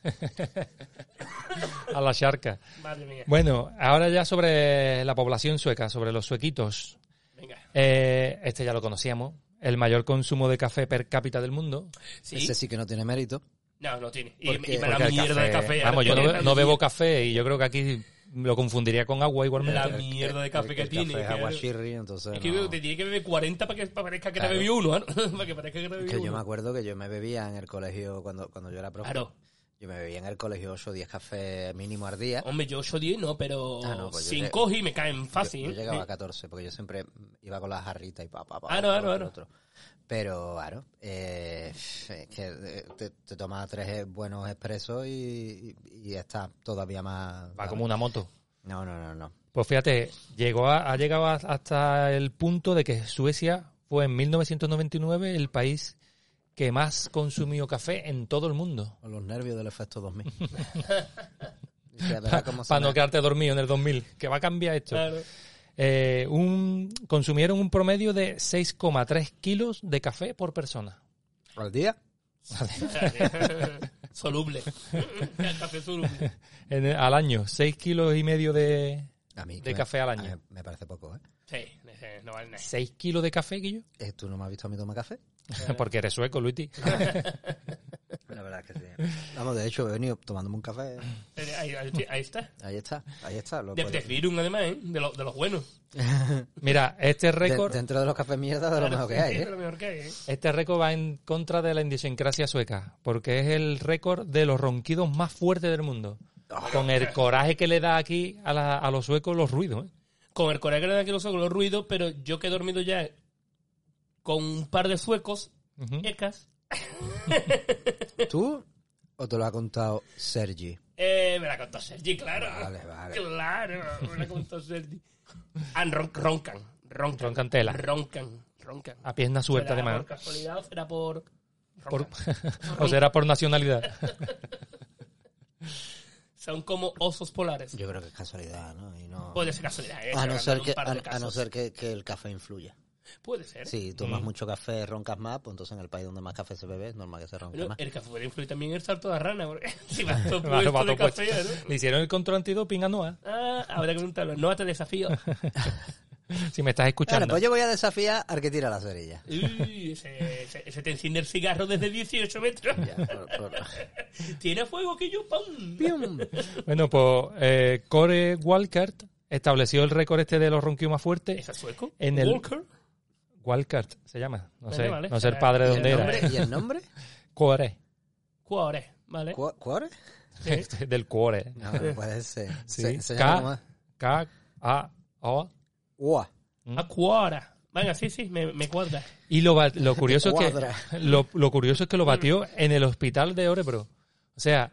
Speaker 3: A la charca.
Speaker 2: Madre mía.
Speaker 3: Bueno, ahora ya sobre la población sueca, sobre los suequitos.
Speaker 2: Venga.
Speaker 3: Eh, este ya lo conocíamos. El mayor consumo de café per cápita del mundo.
Speaker 2: ¿Sí?
Speaker 1: Ese sí que no tiene mérito.
Speaker 2: No, no tiene. Y,
Speaker 1: Porque-
Speaker 2: y para
Speaker 3: Porque
Speaker 2: la
Speaker 3: el
Speaker 2: mierda de café.
Speaker 3: Vamos, yo no,
Speaker 2: Porque
Speaker 3: be-
Speaker 2: la
Speaker 3: no bebo
Speaker 2: mierda-
Speaker 3: café y yo creo que aquí lo confundiría con agua igualmente.
Speaker 2: La mierda de café que
Speaker 1: El
Speaker 2: tiene.
Speaker 1: Café es
Speaker 2: que-
Speaker 1: aguachirri, entonces.
Speaker 2: Es que
Speaker 1: no.
Speaker 2: te tiene que beber 40 para que para parezca que te
Speaker 1: Claro.
Speaker 2: bebió uno, ¿no? Para que parezca que te bebió
Speaker 1: Que yo me
Speaker 2: uno.
Speaker 1: acuerdo que yo me bebía en el colegio cuando, cuando yo era profe.
Speaker 2: Claro.
Speaker 1: Yo me bebía en el colegio 8 o 10 cafés mínimo al día.
Speaker 2: Hombre, yo 8 10 no, pero
Speaker 1: Ah, no, pues yo
Speaker 2: 5 y me caen fácil.
Speaker 1: Yo, yo
Speaker 2: ¿eh?
Speaker 1: llegaba a 14 porque yo siempre iba con las jarritas y pa, pa, pa.
Speaker 2: Ah, no,
Speaker 1: otro,
Speaker 2: ah, no,
Speaker 1: otro,
Speaker 2: ah, no.
Speaker 1: otro. Pero, claro, eh, es que eh, te, te tomas tres eh, buenos expresos y, y, y estás todavía más...
Speaker 3: Va como una moto.
Speaker 1: No, no, no, no.
Speaker 3: Pues fíjate, llegó a- ha llegado a- hasta el punto de que Suecia fue en 1999 el país que más consumió café en todo el mundo.
Speaker 1: Con los nervios del efecto 2000. Dice, ¿verdad cómo se
Speaker 3: Para no
Speaker 1: me-
Speaker 3: quedarte dormido en el 2000, que va a cambiar esto.
Speaker 2: Claro.
Speaker 3: Eh, un, consumieron un promedio de 6,3 kilos de café por persona.
Speaker 1: ¿Al día?
Speaker 2: soluble. El café soluble.
Speaker 3: En- al año, 6 kilos y medio de...
Speaker 1: A mí,
Speaker 3: De café al
Speaker 1: a
Speaker 3: año.
Speaker 1: mí me parece poco, ¿eh?
Speaker 2: Sí, ese no vale nada.
Speaker 3: ¿6 kilos de café, Guillo?
Speaker 1: Eh, ¿Tú no me has visto a mí tomar café?
Speaker 3: Porque eres sueco, Luiti.
Speaker 1: La verdad es que sí. Vamos, de hecho, he venido tomándome un café.
Speaker 2: Eh, Ahí, ahí- ahí está.
Speaker 1: Ahí está, ahí está. lo
Speaker 2: De,
Speaker 1: puedo-
Speaker 2: de Frirum, además, ¿eh? De, lo- de los buenos.
Speaker 3: Mira, este
Speaker 1: de-
Speaker 3: récord
Speaker 1: dentro de los cafés mierda, de lo mejor que hay,
Speaker 2: De lo
Speaker 1: ¿eh?
Speaker 2: mejor que hay, ¿eh?
Speaker 3: este récord va en contra de la idiosincrasia sueca, porque es el récord de los ronquidos más fuertes del mundo.
Speaker 1: Ah.
Speaker 3: Con el coraje que le da aquí a, la- a los suecos los ruidos. ¿eh?
Speaker 2: Con el coraje de los con los ruidos, pero yo que he dormido ya con un par de suecos,
Speaker 3: Ujú.
Speaker 2: ecas.
Speaker 1: ¿Tú o te lo ha contado Sergi?
Speaker 2: Eh, me la contó Sergi, claro.
Speaker 1: Vale, vale.
Speaker 2: Claro, me la contó Sergi. Ah, ron- roncan, roncan.
Speaker 3: Roncan tela.
Speaker 2: Roncan, roncan.
Speaker 3: A pierna suelta,
Speaker 2: ¿Será
Speaker 3: de mano.
Speaker 2: por casualidad o será por...
Speaker 3: Por-
Speaker 2: roncan?
Speaker 3: o será por nacionalidad.
Speaker 2: Son como osos polares.
Speaker 1: Yo creo que es casualidad, ¿no? Y no...
Speaker 2: Puede ser casualidad, ¿eh?
Speaker 1: A no
Speaker 2: Hablando
Speaker 1: ser
Speaker 2: de un
Speaker 1: que,
Speaker 2: par de
Speaker 1: a, a no
Speaker 2: casos. Mm.
Speaker 1: ser que, que el café influya.
Speaker 2: Puede ser.
Speaker 1: Si tomas mucho café, roncas más, pues entonces en el país donde más café se bebe es normal que se ronque
Speaker 2: Bueno,
Speaker 1: más.
Speaker 2: el café puede influir también en el salto de la rana, porque si vas todo
Speaker 3: Vale,
Speaker 2: puesto
Speaker 3: vato
Speaker 2: de
Speaker 3: puesto.
Speaker 2: café, ¿eh? ¿no?
Speaker 3: Le hicieron el control antidoping a Noah.
Speaker 2: Ah, habrá que preguntarlo. No te desafío.
Speaker 3: Si me estás
Speaker 1: Claro,
Speaker 3: escuchando.
Speaker 1: pues yo voy a desafiar al que tira la cerilla.
Speaker 2: Uy, ese, ese- ese te enciende el cigarro desde 18 metros.
Speaker 1: Ya, por- por-
Speaker 2: Tiene fuego que yo, ¡pum!
Speaker 1: ¡Pium!
Speaker 3: Bueno, pues eh, Core Walkert estableció el récord este de los ronquidos más fuertes.
Speaker 2: ¿Es sueco?
Speaker 3: En el-
Speaker 2: Walker.
Speaker 3: Walkert se llama. No
Speaker 2: Vale,
Speaker 3: sé,
Speaker 2: vale.
Speaker 3: no sé el padre de
Speaker 1: ¿Y
Speaker 3: dónde
Speaker 1: el
Speaker 3: era.
Speaker 1: nombre? ¿Y el nombre?
Speaker 3: Core.
Speaker 2: Cuore, ¿vale?
Speaker 1: ¿Cu- ¿Cuore?
Speaker 3: Este, Del Core.
Speaker 1: No, no puede ser.
Speaker 3: Sí.
Speaker 1: Se, se
Speaker 3: K.
Speaker 1: llama como-
Speaker 3: K-A-O.
Speaker 1: Ua.
Speaker 2: A cuora. Venga, sí, sí, me, me cuadra.
Speaker 3: Y lo, ba- lo curioso es
Speaker 1: Cuadra.
Speaker 3: que lo, lo curioso es que lo batió en el hospital de Orebro. O sea,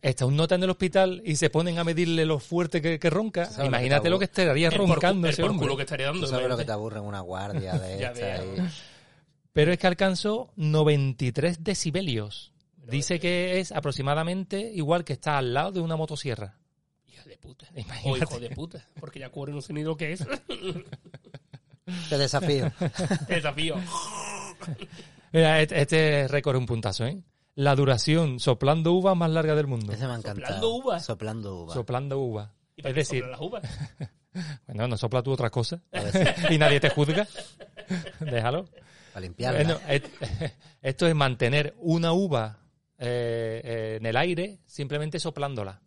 Speaker 3: está un nota en el hospital y se ponen a medirle lo fuerte que, que ronca.
Speaker 1: ¿Sabes lo que
Speaker 3: Imagínate
Speaker 1: está
Speaker 3: lo que estaría
Speaker 2: El por-
Speaker 3: roncando
Speaker 2: el
Speaker 3: ese
Speaker 2: por
Speaker 3: hombre.
Speaker 2: culo que estaría dando.
Speaker 1: Tú sabes lo
Speaker 2: ¿no?
Speaker 1: que te aburre en una guardia de
Speaker 2: Ya
Speaker 1: esta.
Speaker 2: veo.
Speaker 1: y-
Speaker 3: Pero es que alcanzó 93 decibelios. Dice que es aproximadamente igual que está al lado de una motosierra.
Speaker 2: Hija de puta. O
Speaker 3: Imagínate.
Speaker 2: hijo de puta. Porque ya cuore no sé ni lo que es.
Speaker 1: Te desafío.
Speaker 2: Te desafío.
Speaker 3: Mira, este, este récord es un puntazo, ¿eh? La duración soplando uva más larga del mundo.
Speaker 1: Ese me ha encantado.
Speaker 2: Soplando uva.
Speaker 1: Soplando uva.
Speaker 3: Soplando uva.
Speaker 2: ¿Y para
Speaker 3: Es
Speaker 2: qué soplan
Speaker 3: decir,
Speaker 2: las uvas?
Speaker 3: bueno, no sopla tú otra cosa
Speaker 1: A veces,
Speaker 3: y nadie te juzga. Déjalo.
Speaker 1: para limpiarla.
Speaker 3: Bueno, et- esto es mantener una uva eh, eh, en el aire simplemente soplándola.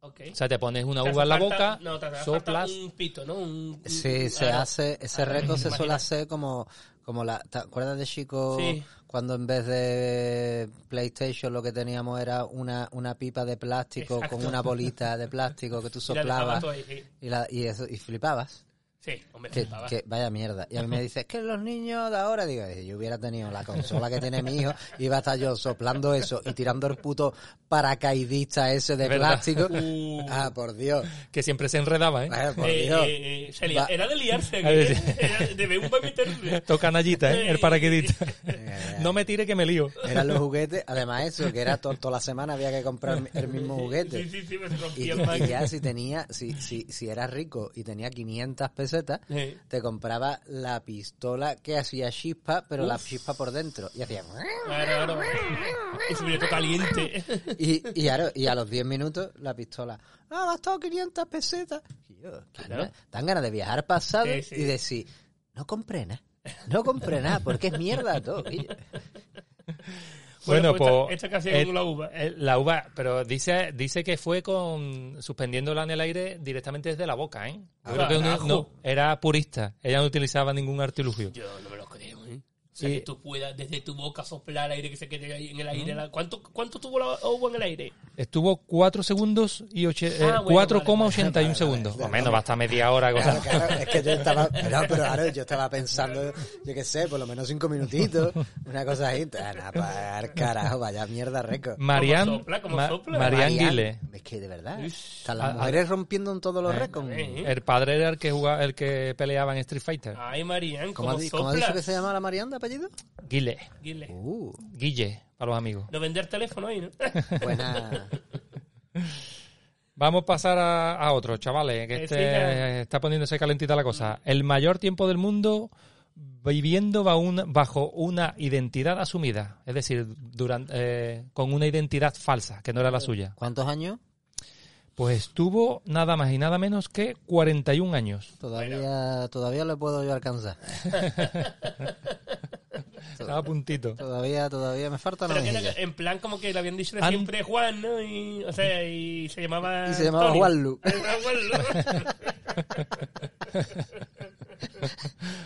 Speaker 2: Ok.
Speaker 3: O sea, te pones una
Speaker 2: Te hace
Speaker 3: uva en la
Speaker 2: falta-
Speaker 3: boca,
Speaker 2: no, te hace falta
Speaker 3: soplas.
Speaker 2: un pito, ¿no? Un- un-
Speaker 1: Sí, se
Speaker 2: ah,
Speaker 1: hace, ese récord se suele
Speaker 2: imagina.
Speaker 1: hacer como, como la, ¿te acuerdas de chico
Speaker 2: Sí.
Speaker 1: cuando en vez de PlayStation lo que teníamos era una, una pipa de plástico con
Speaker 2: Exacto.
Speaker 1: una bolita de plástico que tú
Speaker 2: y la dejaba
Speaker 1: soplabas
Speaker 2: todo ahí, sí.
Speaker 1: y, la, y, eso, y flipabas?
Speaker 2: Sí, hombre, Eh,
Speaker 1: Que,
Speaker 2: flipaba.
Speaker 1: que vaya mierda. Y a mí me dice, es que los niños de ahora, digo, "Eh, yo hubiera tenido la consola que tiene mi hijo, iba a estar yo soplando eso y tirando el puto paracaidista ese de
Speaker 3: ¿Verdad?
Speaker 1: plástico.
Speaker 2: Uh.
Speaker 1: Ah, por Dios.
Speaker 3: que siempre se enredaba, ¿eh?
Speaker 1: Vaya, por
Speaker 2: Eh,
Speaker 1: Dios.
Speaker 2: eh, eh, se lia-
Speaker 1: Va-
Speaker 2: Era de liarse.
Speaker 3: A ver, sí.
Speaker 2: ¿eh? Era de ver un babysitter.
Speaker 3: Toca Nayita, ¿eh? El paraquedista. No me tire que me lío.
Speaker 1: Eran los juguetes, además eso, que era to- toda la semana había que comprar el mismo
Speaker 2: Sí,
Speaker 1: juguete.
Speaker 2: sí, sí, me se
Speaker 1: Y,
Speaker 2: rompía el
Speaker 1: y
Speaker 2: man.
Speaker 1: ya si tenía, si, si, si era rico y tenía 500 pesetas,
Speaker 2: Eh,
Speaker 1: te compraba la pistola que hacía chispa, pero la chispa por dentro. Y hacía...
Speaker 2: Claro, claro. Y se me caliente.
Speaker 1: Y, y, ahora- y a los 10 minutos la pistola. Ah, ha gastado 500 pesetas. Y yo, ¿qué
Speaker 2: Claro.
Speaker 1: no? Dan ganas de viajar al pasado
Speaker 2: Sí, sí.
Speaker 1: y decir, no compré nada. No compré nada, porque es mierda todo. Y-
Speaker 3: Bueno, pues.
Speaker 2: Esta, esta casi
Speaker 3: eh,
Speaker 2: con la uva.
Speaker 3: eh, la uva, pero dice, dice que fue con suspendiéndola en el aire directamente desde la boca, ¿eh? Yo
Speaker 1: Ah,
Speaker 3: creo que no-
Speaker 2: Carajo.
Speaker 3: no, era purista. Ella no utilizaba ningún artilugio.
Speaker 2: Yo no me lo creo, ¿eh? O sea,
Speaker 3: Y-
Speaker 2: que tú puedas desde tu boca soplar aire que se quede ahí en el
Speaker 1: ¿Mm?
Speaker 2: aire. La- ¿Cuánto, ¿Cuánto tuvo la uva en el aire?
Speaker 3: Estuvo 4 segundos y oche- eh,
Speaker 2: Ah, bueno,
Speaker 3: 4,81
Speaker 1: vale, vale.
Speaker 3: segundos.
Speaker 1: Vale,
Speaker 3: o menos, basta media hora. cosa.
Speaker 1: Claro, claro, es que yo estaba, pero, pero ahora yo estaba pensando, yo qué sé, por lo menos cinco minutitos, una cosa así, Ah, nada, para carajo, vaya mierda récord.
Speaker 3: Marianne,
Speaker 2: ¿Cómo sopla? ¿Cómo
Speaker 3: Ma-
Speaker 2: sopla?
Speaker 3: Marianne
Speaker 1: Marian,
Speaker 3: Guile,
Speaker 1: Es que de verdad,
Speaker 2: Ush.
Speaker 1: están las mujeres rompiendo en todos los récords.
Speaker 2: Eh,
Speaker 3: el padre era el que jugaba, el que peleaba en Street Fighter.
Speaker 1: Ah.
Speaker 2: Ay, Marían,
Speaker 1: ¿Cómo,
Speaker 2: ¿cómo,
Speaker 1: ha Eh. di- cómo ha dicho
Speaker 2: sopla?
Speaker 1: que se llama la Marian de apellido?
Speaker 3: Guile,
Speaker 2: Dile.
Speaker 1: Uh,
Speaker 3: Guille, para los amigos.
Speaker 2: No vender teléfono ahí, ¿no?
Speaker 1: buena.
Speaker 3: Vamos a pasar a, a otro, chavales, que
Speaker 2: Eh,
Speaker 3: este
Speaker 2: sí, ya.
Speaker 3: está poniéndose calentita la cosa. El mayor tiempo del mundo viviendo ba- un- bajo una identidad asumida, es decir, duran- eh, con una identidad falsa, que no era la suya.
Speaker 1: ¿Cuántos años?
Speaker 3: Pues estuvo nada más y nada menos que 41 años.
Speaker 1: Todavía, todavía lo puedo yo alcanzar.
Speaker 3: Estaba a puntito.
Speaker 1: Todavía, todavía me falta la
Speaker 2: Pero que era
Speaker 1: mejilla.
Speaker 2: en plan como que le habían dicho de
Speaker 3: An-
Speaker 2: siempre Juan, ¿no? Y, o sea, y se llamaba...
Speaker 1: Y se llamaba
Speaker 2: Tony.
Speaker 1: Juanlu.
Speaker 2: Se llamaba Juanlu.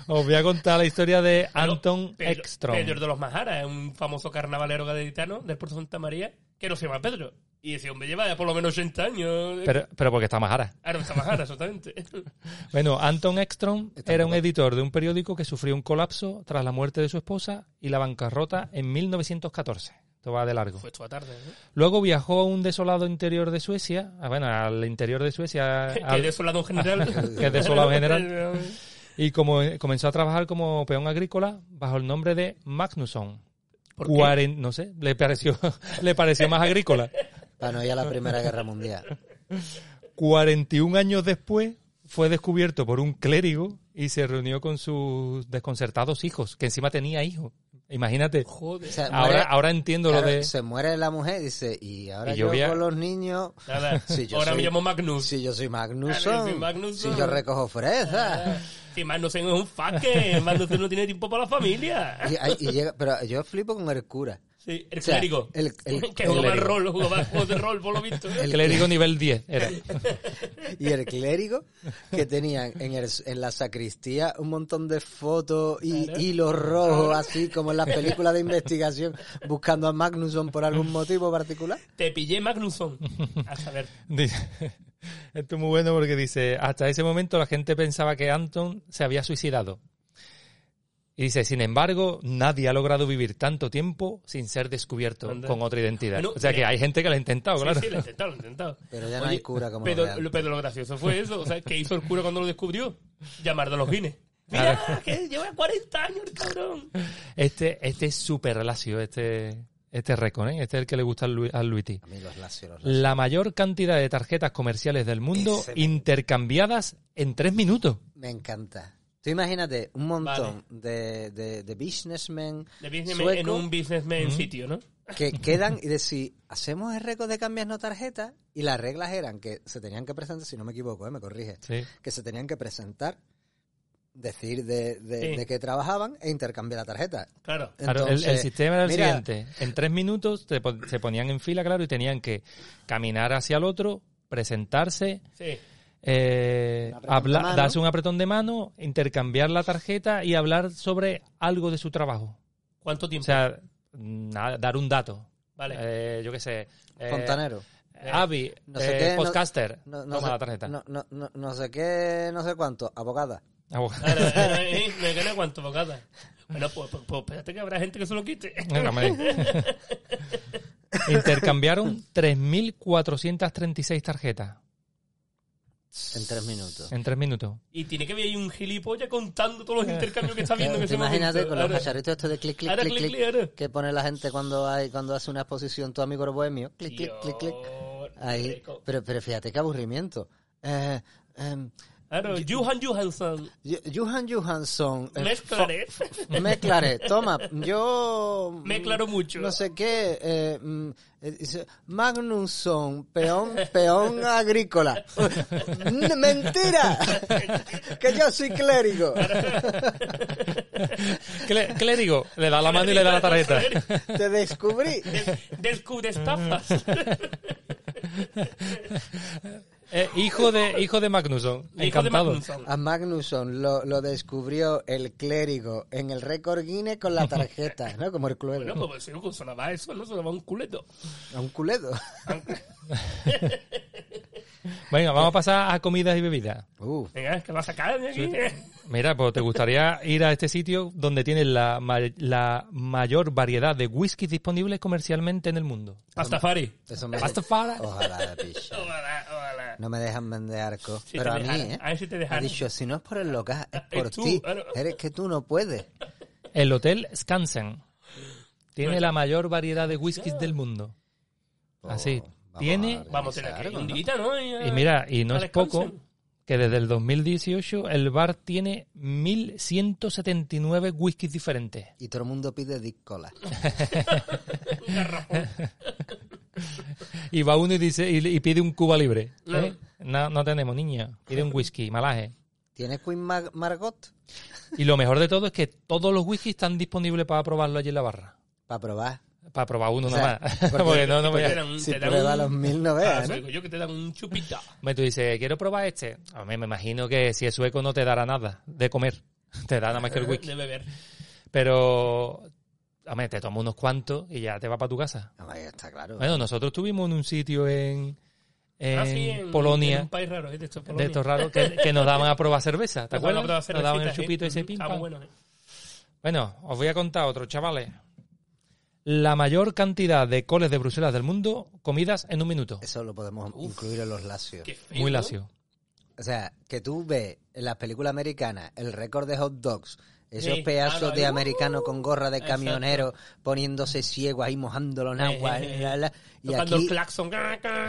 Speaker 3: Os voy a contar la historia de
Speaker 2: Pero
Speaker 3: Anton
Speaker 2: Pedro-
Speaker 3: Ekstrom.
Speaker 2: Pedro de los Majara es un famoso carnavalero gaditano del puerto de Santa María que no se llama Pedro. Y ese hombre lleva ya por lo menos 80 años.
Speaker 3: Pero, pero porque está majara.
Speaker 2: Ah, no, está Majara, exactamente.
Speaker 3: Bueno, Anton Ekstrom
Speaker 1: Está
Speaker 3: era un
Speaker 1: majara.
Speaker 3: editor de un periódico que sufrió un colapso tras la muerte de su esposa y la bancarrota en 1914. Esto va de largo.
Speaker 2: Fue toda tarde, ¿no?
Speaker 3: Luego viajó a un desolado interior de Suecia, ah, bueno, al interior de Suecia,
Speaker 2: Que
Speaker 3: al-
Speaker 2: es desolado en general.
Speaker 3: Que es desolado en general. y como eh, comenzó a trabajar como peón agrícola bajo el nombre de Magnusson.
Speaker 2: ¿Por qué?
Speaker 3: Cuaren- no sé, le pareció, le pareció más agrícola.
Speaker 1: Para no ir a la Primera Guerra Mundial.
Speaker 3: 41 años después fue descubierto por un clérigo y se reunió con sus desconcertados hijos, que encima tenía hijos. Imagínate.
Speaker 1: O
Speaker 2: Joder.
Speaker 1: sea, muere-
Speaker 3: Ahora, ahora entiendo
Speaker 1: claro,
Speaker 3: lo de...
Speaker 1: Se muere la mujer y dice, y ahora
Speaker 3: Y yo
Speaker 1: yo,
Speaker 3: voy a-
Speaker 1: con los niños,
Speaker 2: Nada,
Speaker 1: Sí, yo
Speaker 2: ahora
Speaker 1: soy-
Speaker 2: me llamo Magnus.
Speaker 1: si yo soy
Speaker 2: Claro, yo
Speaker 1: Magnusson,
Speaker 2: soy Magnusson.
Speaker 1: si yo recojo fresas.
Speaker 2: Que Magnussen es un faque. Magnussen no tiene tiempo para la familia.
Speaker 1: Y, y llega- pero yo flipo con el cura.
Speaker 2: Sí, el
Speaker 1: O sea,
Speaker 2: clérigo.
Speaker 1: el- el-
Speaker 2: que jugaba
Speaker 1: el
Speaker 2: el rol, jugaba juegos de rol, por lo visto.
Speaker 3: clérigo nivel 10 era.
Speaker 1: Y el clérigo que tenían en, el- en la sacristía un montón de fotos y hilos rojos, así como en las películas de investigación, buscando a Magnusson por algún motivo particular.
Speaker 2: Te pillé Magnusson. A saber.
Speaker 3: Dice- Esto es muy bueno porque dice, hasta ese momento la gente pensaba que Anton se había suicidado. Y dice, sin embargo, nadie ha logrado vivir tanto tiempo sin ser descubierto
Speaker 2: Anda.
Speaker 3: con otra identidad.
Speaker 2: Bueno,
Speaker 3: o sea que
Speaker 2: mira.
Speaker 3: hay gente que lo ha intentado, claro.
Speaker 2: Sí, sí, lo he intentado, lo he intentado.
Speaker 1: Pero ya no hay cura como lo de
Speaker 2: Pero,
Speaker 1: antes.
Speaker 2: lo, pero lo gracioso fue eso. O sea, ¿qué hizo el cura cuando lo descubrió? Llamar de los guines. Mira, que lleva 40 años el cabrón.
Speaker 3: Este, este es súper lacio, este, este récord, ¿eh? Este es el que le gusta al, Lu- al Luiti.
Speaker 1: Amigos, lacio, los lacios.
Speaker 3: La mayor cantidad de tarjetas comerciales del mundo
Speaker 1: Ese me-
Speaker 3: intercambiadas en tres minutos.
Speaker 1: Me encanta. Tú imagínate un montón de, de, de businessmen
Speaker 2: De businessman
Speaker 1: suecos
Speaker 2: en un
Speaker 1: Mm.
Speaker 2: businessman sitio, ¿no?
Speaker 1: que quedan y decir, hacemos el récord de cambias no tarjeta y las reglas eran que se tenían que presentar, si no me equivoco, eh, me corrige,
Speaker 3: Sí.
Speaker 1: que se tenían que presentar, decir de, de,
Speaker 2: Sí.
Speaker 1: de qué trabajaban e intercambiar la tarjeta.
Speaker 2: Claro.
Speaker 3: Claro, el- el,
Speaker 1: Entonces,
Speaker 3: sistema era el
Speaker 1: mira,
Speaker 3: siguiente. En tres minutos te pon- se ponían en fila, claro, y tenían que caminar hacia el otro, presentarse,
Speaker 2: Sí.
Speaker 3: eh,
Speaker 1: Un apretón
Speaker 3: habla-
Speaker 1: de mano.
Speaker 3: darse un apretón de mano, intercambiar la tarjeta y hablar sobre algo de su trabajo.
Speaker 2: ¿Cuánto
Speaker 3: O
Speaker 2: tiempo?
Speaker 3: sea, nada, dar un dato.
Speaker 2: vale.
Speaker 3: Eh, yo qué sé. eh,
Speaker 1: Fontanero.
Speaker 3: Avi,
Speaker 1: no sé
Speaker 3: eh,
Speaker 1: qué, no-
Speaker 3: podcaster.
Speaker 1: No, no
Speaker 3: toma
Speaker 1: sé,
Speaker 3: la tarjeta.
Speaker 1: No, no, no, no sé qué, no sé cuánto, abogada.
Speaker 3: Abogado.
Speaker 2: Ahora, eh, eh, me gana cuánto bocata. Bueno, pues, pues, pues espérate que habrá gente que se lo quite.
Speaker 1: Eh.
Speaker 3: Venga, hombre. Intercambiaron 3.436 tarjetas
Speaker 1: En tres minutos.
Speaker 3: en tres minutos.
Speaker 2: Y tiene que haber ahí un gilipollas contando todos los intercambios que está viendo.
Speaker 1: Eh. Claro,
Speaker 2: en ese
Speaker 1: tú imagínate
Speaker 2: momento.
Speaker 1: con los
Speaker 2: Ahora-
Speaker 1: cacharritos estos de clic, clic,
Speaker 2: ahora
Speaker 1: clic,
Speaker 2: clic,
Speaker 1: clic,
Speaker 2: clic, ahora.
Speaker 1: que pone la gente cuando hay cuando hace una exposición, tu amigo el bohemio, clic, clic, clic, clic.
Speaker 2: Dios,
Speaker 1: Ahí.
Speaker 2: rico.
Speaker 1: Pero, pero fíjate qué aburrimiento. Eh, em,
Speaker 2: Claro, Ah, Johan Johansson.
Speaker 1: Yo- Johan Johansson. eh,
Speaker 2: Me esclaré.
Speaker 1: fo- me aclaré. Toma, yo.
Speaker 2: Me aclaro mucho.
Speaker 1: No sé qué. eh, mm, eh, dice, Magnusson, peón, peón agrícola. N- ¡Mentira! que yo soy clérigo.
Speaker 3: Clé- Clérigo, le da la mano y le da la tarjeta.
Speaker 1: Te descubrí.
Speaker 2: Del cu de estafas.
Speaker 3: Eh, hijo de hijo de Magnusson.
Speaker 2: Hijo de
Speaker 3: Encantado.
Speaker 2: Magnusson.
Speaker 1: A Magnusson lo, lo descubrió el clérigo en el récord Guinness con la tarjeta, ¿no? Como el cluedo.
Speaker 2: Bueno, pues sí, sonaba eso, no sonaba un culeto.
Speaker 1: A un culedo.
Speaker 3: Venga, vamos a pasar a comidas y bebidas.
Speaker 1: Uh,
Speaker 2: Venga, que va a sacar de aquí.
Speaker 3: Mira, pues te gustaría ir a este sitio donde tienes la, ma- la mayor variedad de whiskies disponibles comercialmente en el mundo.
Speaker 2: Pastafari.
Speaker 1: eso me... Oh.
Speaker 3: Rastafari.
Speaker 1: Ojalá de picha.
Speaker 2: Ojalá, ojalá.
Speaker 1: No me dejan vender arco.
Speaker 2: Si
Speaker 1: pero
Speaker 2: te
Speaker 1: a mí,
Speaker 2: dejaran,
Speaker 1: ¿eh?
Speaker 2: a ver si te
Speaker 1: ha
Speaker 2: dejaran.
Speaker 1: dicho, si no es por el local, es
Speaker 2: Es
Speaker 1: por
Speaker 2: tú,
Speaker 1: ti.
Speaker 2: claro.
Speaker 1: Eres que tú no puedes.
Speaker 3: El Hotel Skansen tiene la mayor variedad de whiskies del mundo. Así,
Speaker 1: Oh, Ah,
Speaker 3: tiene-
Speaker 2: Ah, Vamos a tener que ir
Speaker 1: algo,
Speaker 2: un
Speaker 1: ¿no?
Speaker 2: día, ¿no? Y, eh,
Speaker 3: Y mira, y no
Speaker 2: a
Speaker 3: es
Speaker 2: Wisconsin.
Speaker 3: poco que desde el 2018 el bar tiene 1179 whiskies diferentes.
Speaker 1: Y todo el mundo pide discola.
Speaker 2: Un garrafón.
Speaker 3: y va uno y dice y, y pide un cuba libre. ¿eh? No, no tenemos, niña. Pide un whisky, malaje.
Speaker 1: ¿Tienes Queen Mar- Margot?
Speaker 3: Y lo mejor de todo es que todos los whiskies están disponibles para probarlo allí en la barra.
Speaker 1: Para probar.
Speaker 3: Para probar uno
Speaker 1: O sea,
Speaker 3: nada más.
Speaker 1: porque-
Speaker 3: Porque no, no voy a-
Speaker 2: Te dan un-
Speaker 1: Si
Speaker 2: te dan
Speaker 1: prueba
Speaker 2: un-
Speaker 1: los mil no
Speaker 2: Ah,
Speaker 1: veas, ¿no?
Speaker 2: soy Yo que te dan un chupita.
Speaker 3: Hombre, tú dices, quiero probar este. A mí me imagino que si es sueco no te dará nada de comer. Te da nada más que el whisky.
Speaker 2: De beber.
Speaker 3: Pero, a ver, te tomas unos cuantos y ya te vas para tu casa.
Speaker 1: Hombre, está claro.
Speaker 3: Bueno, nosotros estuvimos en un sitio en, en
Speaker 2: Ah, sí, en-
Speaker 3: Polonia,
Speaker 2: en un país raro, ¿eh? de estos
Speaker 3: de
Speaker 2: Polonia.
Speaker 3: estos raros, que, que nos daban a probar cerveza. ¿Te
Speaker 2: Nos daban
Speaker 3: acuerdas?
Speaker 2: a probar
Speaker 3: Nos daban el
Speaker 2: cervecitas, ¿eh?
Speaker 3: chupito ese
Speaker 2: Ujú,
Speaker 3: pim,
Speaker 2: ah,
Speaker 3: pam.
Speaker 2: bueno, ¿eh?
Speaker 3: Bueno, os voy a contar otro, chavales. La mayor cantidad de coles de Bruselas del mundo, comidas en un minuto.
Speaker 1: Eso lo podemos incluir en los lacios.
Speaker 2: Qué feo,
Speaker 3: Muy
Speaker 2: ¿no?
Speaker 3: lacio.
Speaker 1: O sea, que tú ves en las películas americanas el récord de hot dogs, esos
Speaker 2: Sí,
Speaker 1: pedazos
Speaker 2: claro,
Speaker 1: de
Speaker 2: ahí, uh,
Speaker 1: americano con gorra de
Speaker 2: exacto.
Speaker 1: camionero poniéndose ciegos ahí mojándolo en
Speaker 2: Eh,
Speaker 1: agua.
Speaker 2: eh, eh.
Speaker 1: la, la, y,
Speaker 2: Tocando
Speaker 1: aquí,
Speaker 2: el claxon.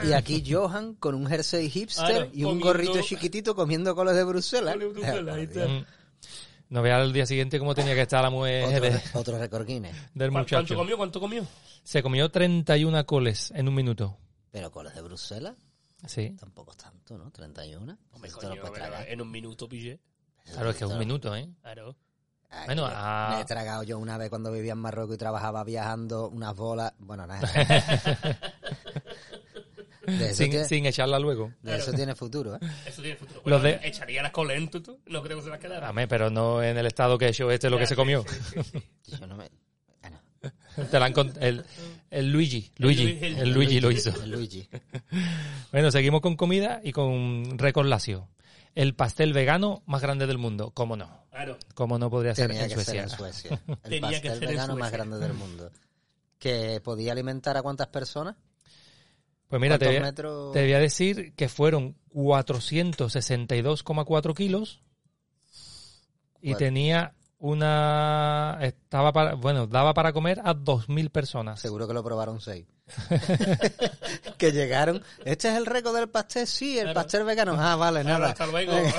Speaker 1: y aquí Johan con un jersey hipster
Speaker 2: Claro,
Speaker 1: y un
Speaker 2: comiendo-
Speaker 1: gorrito chiquitito comiendo colos de Bruselas.
Speaker 2: Coles de Bruselas,
Speaker 1: Ah,
Speaker 2: ahí está.
Speaker 3: Mm. No veas al día siguiente cómo tenía que estar la mujer
Speaker 1: Otro,
Speaker 3: de-
Speaker 1: otro récord Guinness,
Speaker 3: del
Speaker 2: ¿Cuánto
Speaker 3: muchacho.
Speaker 2: comió? ¿Cuánto comió?
Speaker 3: Se comió 31 coles en un minuto.
Speaker 1: pero colos de Bruselas
Speaker 3: Sí.
Speaker 1: tampoco es tanto, ¿no? 31.
Speaker 2: Hombre,
Speaker 1: Esto
Speaker 2: coño,
Speaker 1: lo puedes
Speaker 2: pero
Speaker 1: tragar.
Speaker 2: en un minuto pillé.
Speaker 3: Claro, es que es un
Speaker 1: Esto-
Speaker 3: minuto, ¿eh?
Speaker 2: Claro.
Speaker 1: Ay,
Speaker 3: Bueno,
Speaker 1: me-
Speaker 3: ah.
Speaker 1: me he tragado yo una vez cuando vivía en Marruecos y trabajaba viajando unas bolas. Bueno, nada. de eso,
Speaker 3: Sin,
Speaker 1: tiene,
Speaker 3: sin echarla luego.
Speaker 1: de eso tiene futuro, ¿eh?
Speaker 2: Eso tiene futuro.
Speaker 3: Los
Speaker 2: Bueno,
Speaker 3: de- Ah,
Speaker 2: Echaría las colas en tú, tú. No creo que se las quedara.
Speaker 3: Amén, pero no en el estado que he hecho este es lo que se comió.
Speaker 1: Yo no me... ah, no,
Speaker 3: Te la han cont- el, el Luigi, Luigi,
Speaker 2: Luigi.
Speaker 3: el Luigi lo hizo.
Speaker 1: el Luigi.
Speaker 3: Bueno, seguimos con comida y con récord lacio. El pastel vegano más grande del mundo, cómo no.
Speaker 2: Claro.
Speaker 3: Cómo no podría ser
Speaker 1: Tenía
Speaker 3: en
Speaker 1: que ser
Speaker 3: Suecia.
Speaker 1: en Suecia. El
Speaker 2: Tenía que
Speaker 1: pastel
Speaker 2: ser en
Speaker 1: vegano más
Speaker 2: Suecia.
Speaker 1: grande del mundo. ¿Que podía alimentar a cuántas personas?
Speaker 3: Pues mira, te
Speaker 1: ¿Cuántos
Speaker 3: voy, a,
Speaker 1: metros?
Speaker 3: te voy a decir que fueron 462,4 kilos y
Speaker 1: Bueno.
Speaker 3: tenía una estaba para bueno daba para comer a 2.000 personas.
Speaker 1: Seguro que lo probaron seis. que llegaron. Este es el récord del pastel, sí, el
Speaker 2: Claro.
Speaker 1: pastel vegano. Ah, vale,
Speaker 2: Claro,
Speaker 1: nada.
Speaker 2: hasta luego.
Speaker 3: Eh.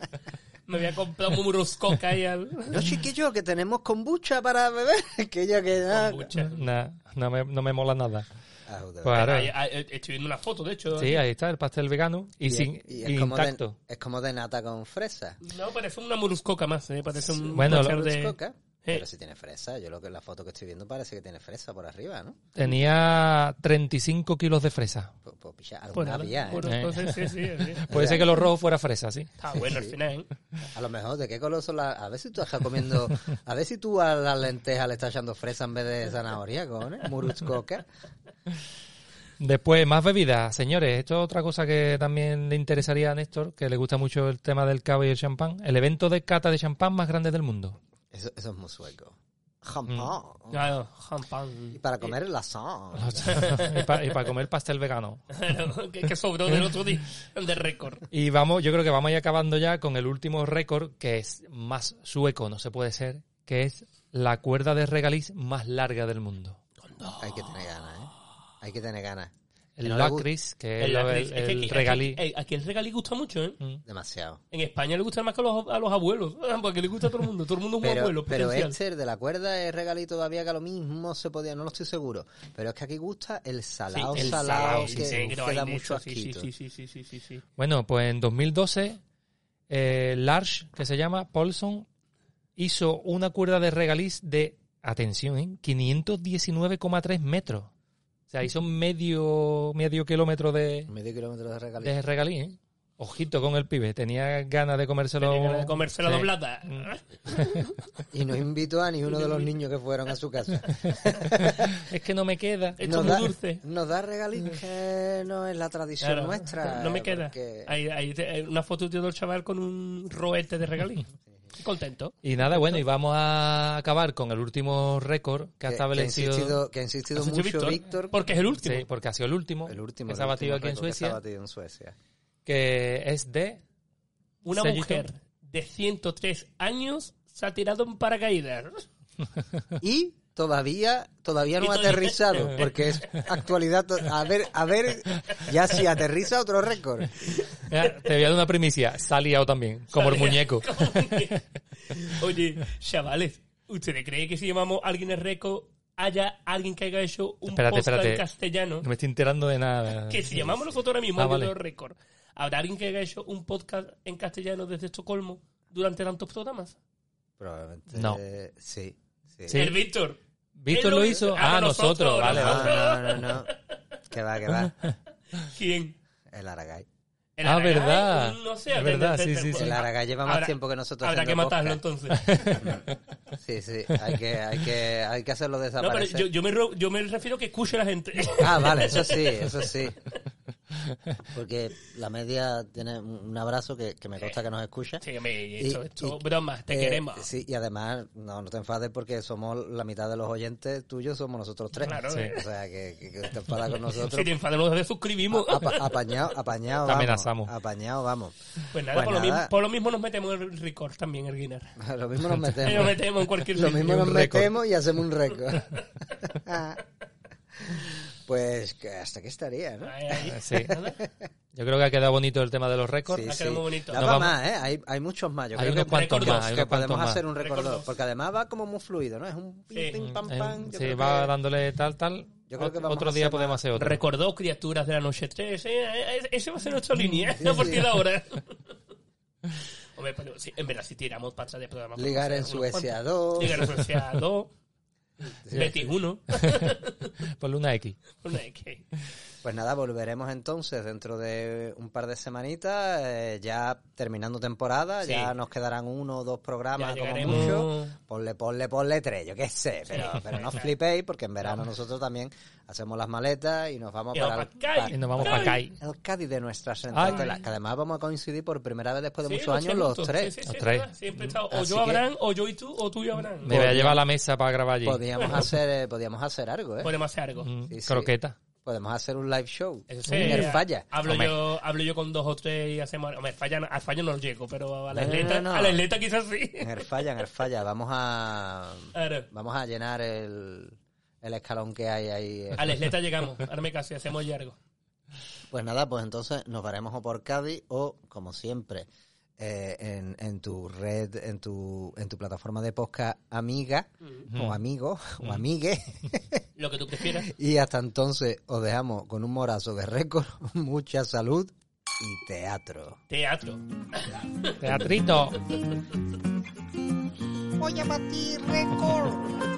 Speaker 2: Me había comprado un muruscoca ahí al...
Speaker 1: No, chiquillo, que tenemos kombucha para beber. Que yo que. ah,
Speaker 2: kombucha.
Speaker 3: Nah, no, me, no me mola nada.
Speaker 1: ah, joder.
Speaker 3: Claro.
Speaker 2: Ahí- ahí- Estoy viendo una foto, de hecho.
Speaker 3: Sí, ahí está el pastel vegano y,
Speaker 1: Y es-
Speaker 3: sin
Speaker 1: y
Speaker 3: y
Speaker 1: es, como de,
Speaker 3: intacto.
Speaker 1: es como de nata con fresa.
Speaker 2: No, parece una muruscoca más, ¿eh? Parece un...
Speaker 3: Bueno,
Speaker 2: placer
Speaker 3: lo-
Speaker 2: de-
Speaker 1: Coca, Pero
Speaker 2: Eh.
Speaker 1: si tiene fresa, yo lo que la foto que estoy viendo parece que tiene fresa por arriba, ¿no?
Speaker 3: Tenía 35 kilos de fresa.
Speaker 1: Pues, pues, picha,
Speaker 2: Pues
Speaker 1: alguna
Speaker 2: nada,
Speaker 1: había, ¿eh?
Speaker 2: bueno,
Speaker 3: Eh.
Speaker 2: entonces, sí, sí, sí.
Speaker 3: Puede ser que los rojos fuera fresa, sí.
Speaker 2: Está bueno al final, ¿eh?
Speaker 1: A lo mejor, ¿de qué color son las.? A ver si tú estás comiendo. A ver si tú a las lentejas le estás echando fresa en vez de zanahoria, con ¿eh? Muruzcoca.
Speaker 3: Después, más bebidas, señores. Esto es otra cosa que también le interesaría a Néstor, que le gusta mucho el tema del cava y el champán. El evento de cata de champán más grande del mundo.
Speaker 1: Eso, eso es muy sueco. Jamón.
Speaker 2: Claro,
Speaker 1: Y
Speaker 2: champán.
Speaker 1: para comer el asado.
Speaker 3: y para comer pastel vegano.
Speaker 2: Claro, que, que sobró del otro día, de récord.
Speaker 3: Y vamos, yo creo que vamos a ir acabando ya con el último récord, que es más sueco, no se puede ser, que es la cuerda de regaliz más larga del mundo.
Speaker 1: Hay que tener ganas, ¿eh? Hay que tener ganas.
Speaker 3: El
Speaker 1: No le gusta.
Speaker 3: lacris, que es lo- el,
Speaker 2: Es que-
Speaker 3: el
Speaker 2: aquí-
Speaker 3: regalí.
Speaker 2: Aquí, eh, aquí el regalí gusta mucho, ¿eh?
Speaker 3: Mm.
Speaker 1: Demasiado.
Speaker 2: En España le gusta más que a los, a los abuelos, ¿eh? porque le gusta a todo el mundo. Todo el mundo es un
Speaker 1: Pero,
Speaker 2: abuelo
Speaker 1: pero
Speaker 2: potencial.
Speaker 1: este, el de la cuerda, es regalito todavía que a lo mismo se podía, no lo estoy seguro. Pero es que aquí gusta el salado,
Speaker 2: Sí, el
Speaker 1: salado,
Speaker 2: salao,
Speaker 1: que,
Speaker 2: sí, sí,
Speaker 1: que
Speaker 2: no,
Speaker 1: da
Speaker 2: de
Speaker 1: mucho
Speaker 2: hecho, sí, sí,
Speaker 1: asquito.
Speaker 2: Sí, sí, sí, sí, sí, sí.
Speaker 3: Bueno, pues en 2012, eh, Lars, que se llama Paulson, hizo una cuerda de regaliz de, atención, ¿eh? 519,3 metros. O sea, hizo medio, medio kilómetro de,
Speaker 1: Medio kilómetro de regalito.
Speaker 3: de regaliz, ¿eh? Ojito con el pibe, tenía ganas de comérselo.
Speaker 2: Tenía ganas de comérsela
Speaker 3: Sí.
Speaker 2: doblada.
Speaker 1: Mm. Y no invitó a ninguno de los niños que fueron a su casa.
Speaker 3: Es que no me queda.
Speaker 2: Esto es muy
Speaker 1: da,
Speaker 2: dulce.
Speaker 1: Nos da regalín que no es la tradición
Speaker 2: Claro,
Speaker 1: nuestra.
Speaker 2: No me
Speaker 1: eh,
Speaker 2: queda.
Speaker 1: porque-
Speaker 2: Hay, hay- hay eh, una foto tío del chaval con un roete de regalí. Contento.
Speaker 3: Y nada, bueno, y vamos a acabar con el último récord que ha
Speaker 1: que- que ha
Speaker 3: establecido.
Speaker 1: insistido, que ha insistido
Speaker 2: Has hecho
Speaker 1: mucho Víctor,
Speaker 2: porque es el último.
Speaker 3: Sí, porque ha sido el último,
Speaker 1: el último.
Speaker 3: que se
Speaker 1: el
Speaker 3: ha batido
Speaker 1: último
Speaker 3: aquí en
Speaker 1: récord que se ha
Speaker 3: Suecia,
Speaker 1: batido en Suecia.
Speaker 3: que es de
Speaker 2: Una
Speaker 3: Sellito.
Speaker 2: mujer de 103 años se ha tirado en paracaídas.
Speaker 1: y todavía todavía
Speaker 2: Y
Speaker 1: no ha
Speaker 2: todavía-
Speaker 1: aterrizado porque es actualidad to- a ver a ver ya si aterriza otro récord
Speaker 3: Mira, Eh, te voy a dar una primicia. Se ha liado también, como el muñeco.
Speaker 2: Oye, chavales, ¿ustedes creen que si llamamos a alguien el récord haya alguien que haya hecho un
Speaker 3: Espérate,
Speaker 2: podcast
Speaker 3: espérate.
Speaker 2: en castellano,
Speaker 3: No me estoy enterando de nada.
Speaker 2: que si llamamos nosotros ahora mismo
Speaker 3: Ah,
Speaker 2: a
Speaker 3: vale.
Speaker 2: Mundo récord, ¿habrá alguien que haya hecho un podcast en castellano desde Estocolmo durante tantos programas?
Speaker 1: Probablemente.
Speaker 3: No.
Speaker 1: eh, Sí. sí.
Speaker 3: Sí.
Speaker 2: El Víctor.
Speaker 3: Víctor
Speaker 2: Él
Speaker 3: lo
Speaker 2: lo-
Speaker 3: hizo.
Speaker 2: Ah,
Speaker 3: Ah, nosotros.
Speaker 2: nosotros,
Speaker 3: Vale,
Speaker 1: No,
Speaker 3: vale.
Speaker 1: no, no, no. Que va, que va.
Speaker 2: ¿Quién?
Speaker 1: El Aragay.
Speaker 2: ¿El
Speaker 3: Ah,
Speaker 2: Aragay?
Speaker 3: verdad.
Speaker 2: No sé.
Speaker 3: Es
Speaker 2: a ver,
Speaker 3: verdad,
Speaker 2: te-
Speaker 3: sí,
Speaker 2: te-
Speaker 3: sí,
Speaker 2: te-
Speaker 3: sí.
Speaker 1: El Aragay lleva más
Speaker 2: Habrá-
Speaker 1: tiempo que nosotros
Speaker 2: Habrá que
Speaker 1: haciendo
Speaker 2: matarlo
Speaker 1: podcast.
Speaker 2: entonces.
Speaker 1: Sí, sí. Hay que, hay que, hay que hacerlo
Speaker 2: No, pero
Speaker 1: desaparecer.
Speaker 2: yo, yo me, ro- yo me refiero a que escuche a la gente.
Speaker 1: Ah, vale, eso sí, eso sí. Porque la media tiene un un abrazo que, que me consta que nos escucha.
Speaker 2: Sí, me
Speaker 1: Y-
Speaker 2: esto, esto,
Speaker 1: y-
Speaker 2: bromas, te
Speaker 1: Eh,
Speaker 2: queremos.
Speaker 1: Sí, y además, no, no te enfades porque somos la mitad de los oyentes tuyos, somos nosotros tres.
Speaker 2: Claro,
Speaker 3: Sí.
Speaker 1: O sea, que, que- que te enfadas con
Speaker 2: si
Speaker 1: nosotros.
Speaker 2: te enfadamos, nos suscribimos.
Speaker 1: Apa- apañado, apañado.
Speaker 3: Te
Speaker 1: vamos,
Speaker 3: amenazamos.
Speaker 1: Apañado, vamos.
Speaker 2: pues nada,
Speaker 1: pues
Speaker 2: por, Lo
Speaker 1: nada.
Speaker 2: mismo, por lo mismo nos metemos en el record también, el Guinness.
Speaker 1: Lo mismo nos
Speaker 2: Nos
Speaker 1: metemos.
Speaker 2: metemos en cualquier
Speaker 1: Lo
Speaker 2: sitio.
Speaker 1: mismo nos
Speaker 3: un récord.
Speaker 1: metemos y hacemos un récord. pues que hasta aquí estaría, ¿no?
Speaker 2: Ahí, ahí.
Speaker 3: Sí.
Speaker 2: Nada.
Speaker 3: Yo creo que ha quedado bonito el tema de los récords.
Speaker 1: Sí,
Speaker 2: ha
Speaker 1: sí.
Speaker 2: quedado muy bonito.
Speaker 1: Da
Speaker 3: Nos
Speaker 1: para
Speaker 3: vamos-
Speaker 1: más, ¿eh? Hay, hay muchos más. Yo
Speaker 3: Hay
Speaker 1: creo
Speaker 3: unos
Speaker 1: que,
Speaker 3: cuantos
Speaker 2: récord
Speaker 3: más.
Speaker 2: dos,
Speaker 3: hay
Speaker 1: que
Speaker 3: unos cuantos
Speaker 1: podemos
Speaker 3: más.
Speaker 1: hacer un
Speaker 2: Récord
Speaker 1: recordador.
Speaker 2: dos.
Speaker 1: Porque además va como muy fluido, ¿no? Es un pim,
Speaker 2: Sí.
Speaker 1: pim, pam,
Speaker 3: Eh,
Speaker 1: pam. Yo
Speaker 3: sí,
Speaker 1: creo
Speaker 3: va
Speaker 1: que-
Speaker 3: dándole tal, tal.
Speaker 1: Yo creo que
Speaker 3: Ot-
Speaker 1: vamos
Speaker 3: otro
Speaker 1: a
Speaker 3: día
Speaker 1: hacer
Speaker 3: podemos
Speaker 1: más.
Speaker 3: hacer otro.
Speaker 2: Recordó Criaturas de la Noche 3. eh, eh, Ese va a ser nuestra línea a partir
Speaker 1: sí.
Speaker 2: de ahora. Hombre, pero sí, en verdad, si tiramos para atrás de programa. podemos
Speaker 1: Ligar
Speaker 2: hacer
Speaker 1: en
Speaker 2: unos
Speaker 1: Suecia
Speaker 2: cuantos.
Speaker 1: 2.
Speaker 2: Ligar en Suecia 2.
Speaker 1: Sí.
Speaker 2: Betis 1.
Speaker 3: Ponle una X.
Speaker 2: Una X.
Speaker 1: Pues nada, volveremos entonces dentro de un par de semanitas, eh, ya terminando temporada,
Speaker 2: Sí.
Speaker 1: ya nos quedarán uno o dos
Speaker 2: Ya
Speaker 1: programas como
Speaker 2: llegaremos.
Speaker 1: mucho. Ponle, ponle, ponle tres, yo qué sé, pero,
Speaker 2: Sí.
Speaker 1: pero no flipéis porque en verano nosotros también hacemos las maletas y nos vamos
Speaker 2: Y
Speaker 1: para,
Speaker 2: vamos pa' Cádiz.
Speaker 3: Y nos vamos para Kai.
Speaker 1: el Cádiz de nuestras
Speaker 3: Ay.
Speaker 1: rentas, que además vamos a coincidir por primera vez después de
Speaker 2: Sí,
Speaker 1: muchos años
Speaker 2: tres
Speaker 1: los
Speaker 2: juntos.
Speaker 1: tres.
Speaker 2: Sí, sí, sí,
Speaker 3: Los
Speaker 2: es
Speaker 3: tres.
Speaker 2: verdad. Siempre he estado o
Speaker 1: Así
Speaker 2: yo
Speaker 1: que-
Speaker 2: Abraham, o yo y tú, o tú y Abraham.
Speaker 1: Pues
Speaker 3: Me voy a llevar la mesa para grabar allí.
Speaker 1: Podíamos hacer, eh, podíamos hacer algo, ¿eh?
Speaker 2: Podemos hacer pues algo.
Speaker 3: Mm,
Speaker 1: Sí, sí.
Speaker 3: Croqueta.
Speaker 1: Podemos hacer un live show.
Speaker 2: Eso sí,
Speaker 1: en el
Speaker 2: eh,
Speaker 1: falla.
Speaker 2: Hablo
Speaker 3: Hombre.
Speaker 2: yo, hablo yo con dos o tres y hacemos. Hombre, falla, no- a falla no llego, pero a la
Speaker 1: No, no,
Speaker 2: isleta,
Speaker 1: no, no.
Speaker 2: a la isleta quizás sí.
Speaker 1: En el falla, en el falla. Vamos a
Speaker 2: Claro.
Speaker 1: vamos a llenar el, el escalón que hay ahí. eh.
Speaker 2: A la isleta llegamos. Ahora me caso y hacemos ya algo.
Speaker 1: Pues nada, pues entonces nos veremos o por Cádiz o, como siempre, eh, en, en tu red, en tu, en tu plataforma de podcast amiga o amigo o amigue.
Speaker 2: Lo que tú prefieras.
Speaker 1: Y hasta entonces os dejamos con un morazo de récord, mucha salud y teatro.
Speaker 2: Teatro.
Speaker 3: Teatrito.
Speaker 4: Voy a batir récord.